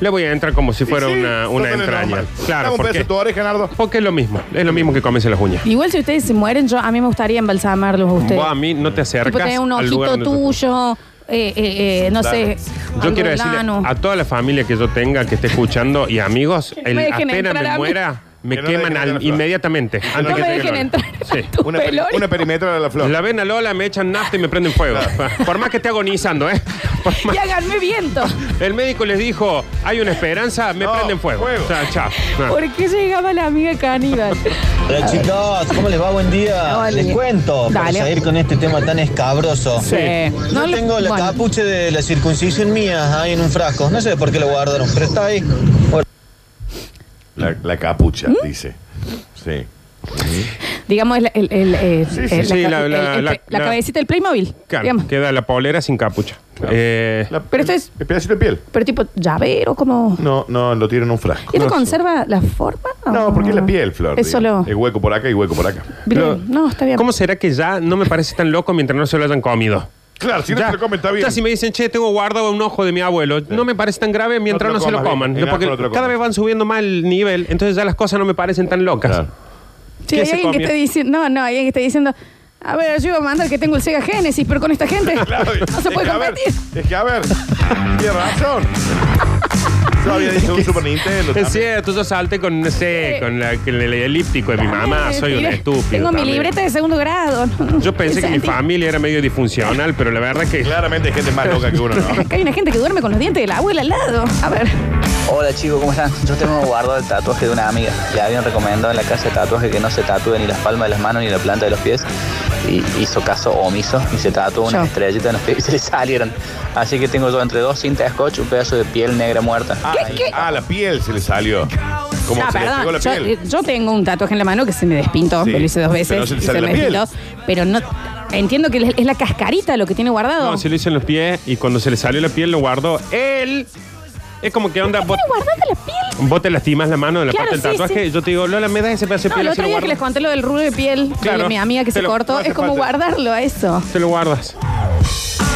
[SPEAKER 3] le voy a entrar como si fuera
[SPEAKER 2] sí,
[SPEAKER 3] una, una
[SPEAKER 2] total es
[SPEAKER 3] entraña.
[SPEAKER 2] normal. Dame
[SPEAKER 3] Claro,
[SPEAKER 2] un
[SPEAKER 3] porque,
[SPEAKER 2] beso a tu oreja, Nardo.
[SPEAKER 3] porque es lo mismo. Es lo mismo que comerse las uñas.
[SPEAKER 1] Igual si ustedes se mueren, yo a mí me gustaría embalsamarlos a ustedes.
[SPEAKER 3] Vos a mí no te
[SPEAKER 1] Tipo,
[SPEAKER 3] acercas
[SPEAKER 1] tener un
[SPEAKER 3] al lugar donde
[SPEAKER 1] ojito
[SPEAKER 3] tú-
[SPEAKER 1] tuyo, eh, eh, eh, no
[SPEAKER 3] Claro.
[SPEAKER 1] sé.
[SPEAKER 3] Yo
[SPEAKER 1] algo
[SPEAKER 3] quiero
[SPEAKER 1] del
[SPEAKER 3] decirle
[SPEAKER 1] ano.
[SPEAKER 3] a toda la familia que yo tenga, que esté escuchando y amigos,
[SPEAKER 1] Que no
[SPEAKER 3] el,
[SPEAKER 1] me dejen
[SPEAKER 3] apenas
[SPEAKER 1] entrar a
[SPEAKER 3] me
[SPEAKER 1] mí.
[SPEAKER 3] muera, me
[SPEAKER 2] Que no
[SPEAKER 3] queman
[SPEAKER 2] dejen
[SPEAKER 3] al-
[SPEAKER 2] entrar.
[SPEAKER 3] inmediatamente.
[SPEAKER 2] no me
[SPEAKER 3] que
[SPEAKER 2] dejen
[SPEAKER 3] llegue
[SPEAKER 1] entrar
[SPEAKER 3] Lola. Sí.
[SPEAKER 2] Una, peri- una perimetra de la flor.
[SPEAKER 3] La ven a Lola, me echan nafta y me prenden fuego. Por más que esté agonizando, ¿eh? Por más-
[SPEAKER 1] Y háganme viento.
[SPEAKER 3] El médico les dijo, hay una esperanza, me prenden fuego. O sea, chao. No.
[SPEAKER 1] ¿Por qué llegaba la amiga caníbal?
[SPEAKER 15] Hola chicos, ¿cómo les va? Buen día.
[SPEAKER 1] Hola.
[SPEAKER 15] Les cuento, para
[SPEAKER 1] Dale.
[SPEAKER 15] seguir con este tema tan escabroso.
[SPEAKER 1] Sí.
[SPEAKER 15] Yo tengo la capuche de la circuncisión mía ahí en un frasco. No sé por qué lo guardaron, pero está ahí. Bueno.
[SPEAKER 2] La, la capucha,
[SPEAKER 1] ¿Mm?
[SPEAKER 2] dice. Sí.
[SPEAKER 1] Digamos, el- el- el, eh,
[SPEAKER 3] Sí, sí,
[SPEAKER 1] eh,
[SPEAKER 3] sí,
[SPEAKER 1] ca-
[SPEAKER 3] la-
[SPEAKER 1] el-
[SPEAKER 3] la-
[SPEAKER 1] el-
[SPEAKER 3] la-
[SPEAKER 1] la
[SPEAKER 3] la-
[SPEAKER 1] cabecita del Playmobil.
[SPEAKER 3] Claro,
[SPEAKER 1] digamos.
[SPEAKER 3] queda la polera sin capucha. Eh,
[SPEAKER 1] Pero esto es,
[SPEAKER 2] ¿El pedacito de piel?
[SPEAKER 1] pero tipo llavero, como...
[SPEAKER 2] No, no, lo tiran en un frasco.
[SPEAKER 1] ¿Esto conserva la forma? No,
[SPEAKER 2] porque es la piel, Flor.
[SPEAKER 1] Es
[SPEAKER 2] digamos.
[SPEAKER 1] solo-
[SPEAKER 2] Es hueco por acá y hueco por acá.
[SPEAKER 1] Bien,
[SPEAKER 3] Eh, Lo-
[SPEAKER 1] no, está bien.
[SPEAKER 3] ¿Cómo será que ya no me parece tan loco mientras no se lo hayan comido?
[SPEAKER 2] Claro, si no
[SPEAKER 3] Ya,
[SPEAKER 2] se lo comen, está bien.
[SPEAKER 3] Ya si me dicen, che, tengo guardado un ojo de mi abuelo, no me parece tan grave mientras
[SPEAKER 2] No
[SPEAKER 3] no,
[SPEAKER 2] te
[SPEAKER 3] se
[SPEAKER 2] lo
[SPEAKER 3] lo
[SPEAKER 2] comas,
[SPEAKER 3] coman.
[SPEAKER 2] bien. En
[SPEAKER 3] porque
[SPEAKER 2] ajo no te lo
[SPEAKER 3] cada
[SPEAKER 2] comas.
[SPEAKER 3] vez van subiendo más el nivel, entonces ya las cosas no me parecen tan locas.
[SPEAKER 1] Sí,
[SPEAKER 3] ¿Qué
[SPEAKER 1] hay
[SPEAKER 3] se
[SPEAKER 1] alguien que
[SPEAKER 3] comió?
[SPEAKER 1] está diciendo... No, no, hay alguien que está diciendo... A ver, yo iba a mandar que tengo el Sega Genesis, pero con esta gente no se
[SPEAKER 2] es
[SPEAKER 1] puede
[SPEAKER 2] que, a ver,
[SPEAKER 1] competir.
[SPEAKER 2] es que a ver, tiene razón. Yo había dicho un Super Nintendo.
[SPEAKER 3] Es cierto, yo salté con, no sé, con, la- con el elíptico de mi mamá, soy un
[SPEAKER 1] Mire,
[SPEAKER 3] estúpido.
[SPEAKER 1] Ah, Tengo mi
[SPEAKER 3] también.
[SPEAKER 1] libreta de segundo grado.
[SPEAKER 3] Yo pensé que mi familia era medio disfuncional, pero la verdad que.
[SPEAKER 2] Claramente hay gente más loca que uno, ¿no?
[SPEAKER 1] Acá hay una gente que duerme con los dientes de la abuela al lado. A ver.
[SPEAKER 16] Hola chicos, ¿cómo están? Yo tengo guardado el tatuaje de una amiga. Le habían recomendado en la casa de tatuaje que no se tatúe ni las palmas de las manos ni la planta de los pies. Y hizo caso omiso y se tatuó
[SPEAKER 1] Yo.
[SPEAKER 16] unas estrellitas en los pies y se le salieron. Así que tengo yo entre dos cintas de scotch un pedazo de piel negra muerta.
[SPEAKER 2] Ah,
[SPEAKER 1] ¿Qué, qué?
[SPEAKER 2] ah, la piel se le salió. Como
[SPEAKER 1] No,
[SPEAKER 2] se le pegó la
[SPEAKER 1] yo, eh,
[SPEAKER 2] piel.
[SPEAKER 1] yo tengo un tatuaje en la mano que se me despintó,
[SPEAKER 2] Sí,
[SPEAKER 1] me lo hice dos veces.
[SPEAKER 2] pero no se
[SPEAKER 1] y
[SPEAKER 2] te
[SPEAKER 1] se
[SPEAKER 2] sale la
[SPEAKER 1] me
[SPEAKER 2] piel.
[SPEAKER 1] despintó, pero no. Entiendo que es la cascarita lo que tiene guardado.
[SPEAKER 3] No, se lo hice en los pies y cuando se le salió la piel lo guardó él. Es como que onda. bot-
[SPEAKER 1] guardada la piel?
[SPEAKER 3] Vos te lastimas la mano de la
[SPEAKER 1] Claro,
[SPEAKER 3] parte del
[SPEAKER 1] sí,
[SPEAKER 3] tatuaje
[SPEAKER 1] sí.
[SPEAKER 3] y yo te digo, Lola, me das ese pedazo de
[SPEAKER 1] No,
[SPEAKER 3] piel
[SPEAKER 1] el
[SPEAKER 3] así lo
[SPEAKER 1] otro día que les
[SPEAKER 3] guardas?
[SPEAKER 1] conté lo del rulo de piel
[SPEAKER 3] Claro,
[SPEAKER 1] de mi amiga que se
[SPEAKER 3] te lo- no
[SPEAKER 1] cortó,
[SPEAKER 3] hace
[SPEAKER 1] es como
[SPEAKER 3] falta.
[SPEAKER 1] guardarlo a eso.
[SPEAKER 3] Te lo guardas.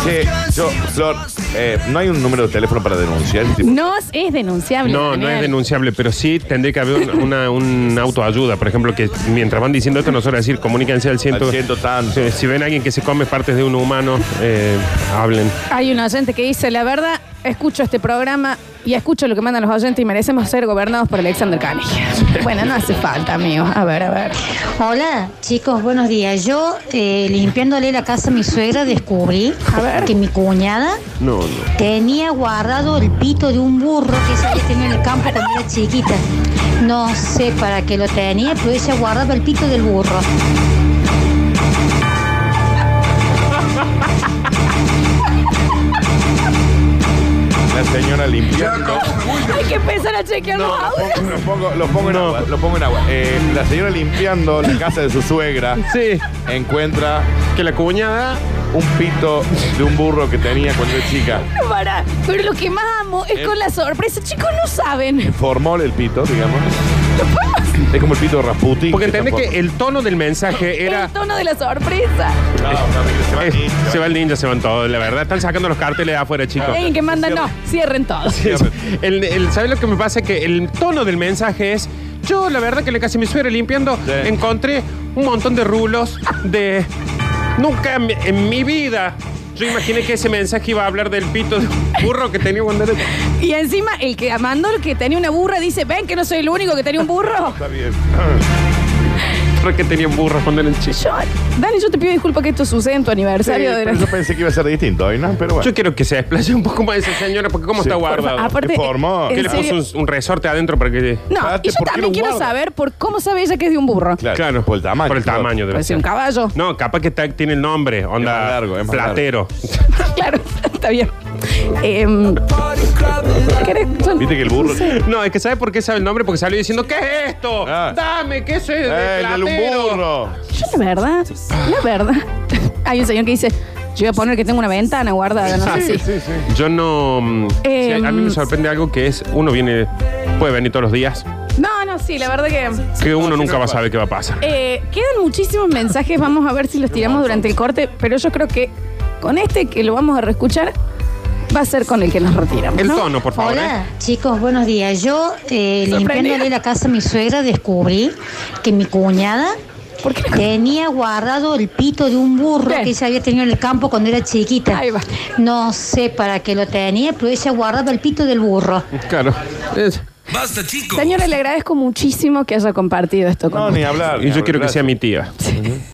[SPEAKER 2] Che, yo, Flor, eh, ¿no hay un número de teléfono para denunciar? este tipo?
[SPEAKER 1] No es denunciable.
[SPEAKER 3] No, no es
[SPEAKER 1] Daniel.
[SPEAKER 3] denunciable, pero sí tendría que haber un- una, un autoayuda. Por ejemplo, que mientras van diciendo esto, nosotros decir, comuníquense al ciento. Si, si ven a alguien que se come partes de un humano, eh, hablen.
[SPEAKER 1] Hay un oyente que dice, la verdad, escucho este programa y escucho lo que mandan los oyentes y merecemos ser gobernados por Alexander Cunningham. Bueno, no hace falta, amigo. A ver, a ver.
[SPEAKER 17] Hola, chicos, buenos días. Yo, eh, limpiándole la casa a mi suegra, descubrí que mi cuñada
[SPEAKER 3] No, no.
[SPEAKER 17] tenía guardado el pito de un burro que se había tenido en el campo cuando era chiquita. No sé para qué lo tenía, pero ella guardaba el pito del burro.
[SPEAKER 2] La señora limpia.
[SPEAKER 1] Hay que empezar a chequear los audios.
[SPEAKER 2] Lo pongo, lo pongo en agua. Lo pongo en agua. Eh, la señora limpiando la casa de su suegra encuentra
[SPEAKER 3] que la cuñada
[SPEAKER 2] un pito de un burro que tenía cuando era chica.
[SPEAKER 1] Para, pero lo que más amo es
[SPEAKER 3] Eh.
[SPEAKER 1] con la sorpresa. Chicos, no saben.
[SPEAKER 2] Formó el pito, digamos. Es como el pito de Rasputin.
[SPEAKER 3] Porque entendés que el tono del mensaje era.
[SPEAKER 1] El tono de la sorpresa.
[SPEAKER 3] Eh, se va el ninja, se van todos, la verdad. Están sacando los carteles de afuera, chicos.
[SPEAKER 1] Hay alguien que manda, no, cierren todo.
[SPEAKER 3] Sí, sí. Pues, El, el- ¿Sabes lo que me pasa? Que el tono del mensaje es. Yo, la verdad, que le casi me suegra limpiando, encontré un montón de rulos de. Nunca en, en mi vida yo imaginé que ese mensaje iba a hablar del pito de un burro que tenía cuando era-
[SPEAKER 1] Y encima, el que mandó el que tenía una burra dice, ven que no soy el único que tenía un burro.
[SPEAKER 2] Está bien.
[SPEAKER 3] Creo que tenía un burro cuando era chico.
[SPEAKER 1] Dani, yo te pido disculpas que esto sucede en tu
[SPEAKER 2] Sí,
[SPEAKER 1] aniversario. de
[SPEAKER 2] pero
[SPEAKER 1] la-
[SPEAKER 2] yo pensé que iba a ser distinto hoy, ¿no? Pero bueno.
[SPEAKER 3] Yo quiero que se desplace un poco más esa señora, porque cómo
[SPEAKER 2] Sí.
[SPEAKER 3] está
[SPEAKER 2] Por fa-
[SPEAKER 3] guardado.
[SPEAKER 1] aparte, Informó.
[SPEAKER 3] ¿Qué
[SPEAKER 1] en
[SPEAKER 3] le puso
[SPEAKER 1] serio-
[SPEAKER 3] un, un resorte adentro para que.
[SPEAKER 1] No, y yo también quiero saber por cómo sabe ella que es de un burro.
[SPEAKER 3] Claro, Por el tamaño. Por el tamaño de la
[SPEAKER 1] Puede ser un
[SPEAKER 3] señora.
[SPEAKER 1] caballo.
[SPEAKER 3] No, capaz que ta- tiene el nombre, onda
[SPEAKER 2] más largo.
[SPEAKER 3] platero.
[SPEAKER 1] claro, está bien. Em, ¿querés- yo-
[SPEAKER 3] ¿Viste que el
[SPEAKER 1] burro-
[SPEAKER 3] No, es que ¿sabe por qué sabe el nombre? Porque salió diciendo, ¿qué es esto? Dame, ¿qué es eso?
[SPEAKER 1] Ah. Eh,
[SPEAKER 3] de
[SPEAKER 1] dale un
[SPEAKER 3] platero".
[SPEAKER 1] Yo la verdad, la verdad. Hay un señor que dice, yo voy a poner que tengo una ventana guardada, no sé si.
[SPEAKER 3] Yo no. mm,
[SPEAKER 1] Eh,
[SPEAKER 3] sí, a mí me sorprende algo que es, uno viene, puede venir todos los días,
[SPEAKER 1] No, no, sí, la verdad que...
[SPEAKER 3] que uno nunca va a saber qué va a pasar.
[SPEAKER 1] Eh, quedan muchísimos mensajes, vamos a ver si los tiramos durante el corte, pero yo creo que con este que lo vamos a reescuchar, va a ser con el que nos retiramos.
[SPEAKER 3] El
[SPEAKER 1] ¿no?
[SPEAKER 3] tono, por favor.
[SPEAKER 17] Hola, chicos, buenos días. Yo, eh,
[SPEAKER 1] Sorprendida.
[SPEAKER 17] limpiándole la casa a mi suegra, descubrí que mi cuñada tenía guardado el pito de un burro que ella había tenido en el campo cuando era chiquita. No sé para qué lo tenía, pero ella guardaba el pito del burro.
[SPEAKER 3] ¿eh? Claro.
[SPEAKER 1] Basta, chicos. Señora, le agradezco muchísimo que haya compartido esto con
[SPEAKER 2] No, ni hablar.
[SPEAKER 3] Y yo quiero que sea mi tía.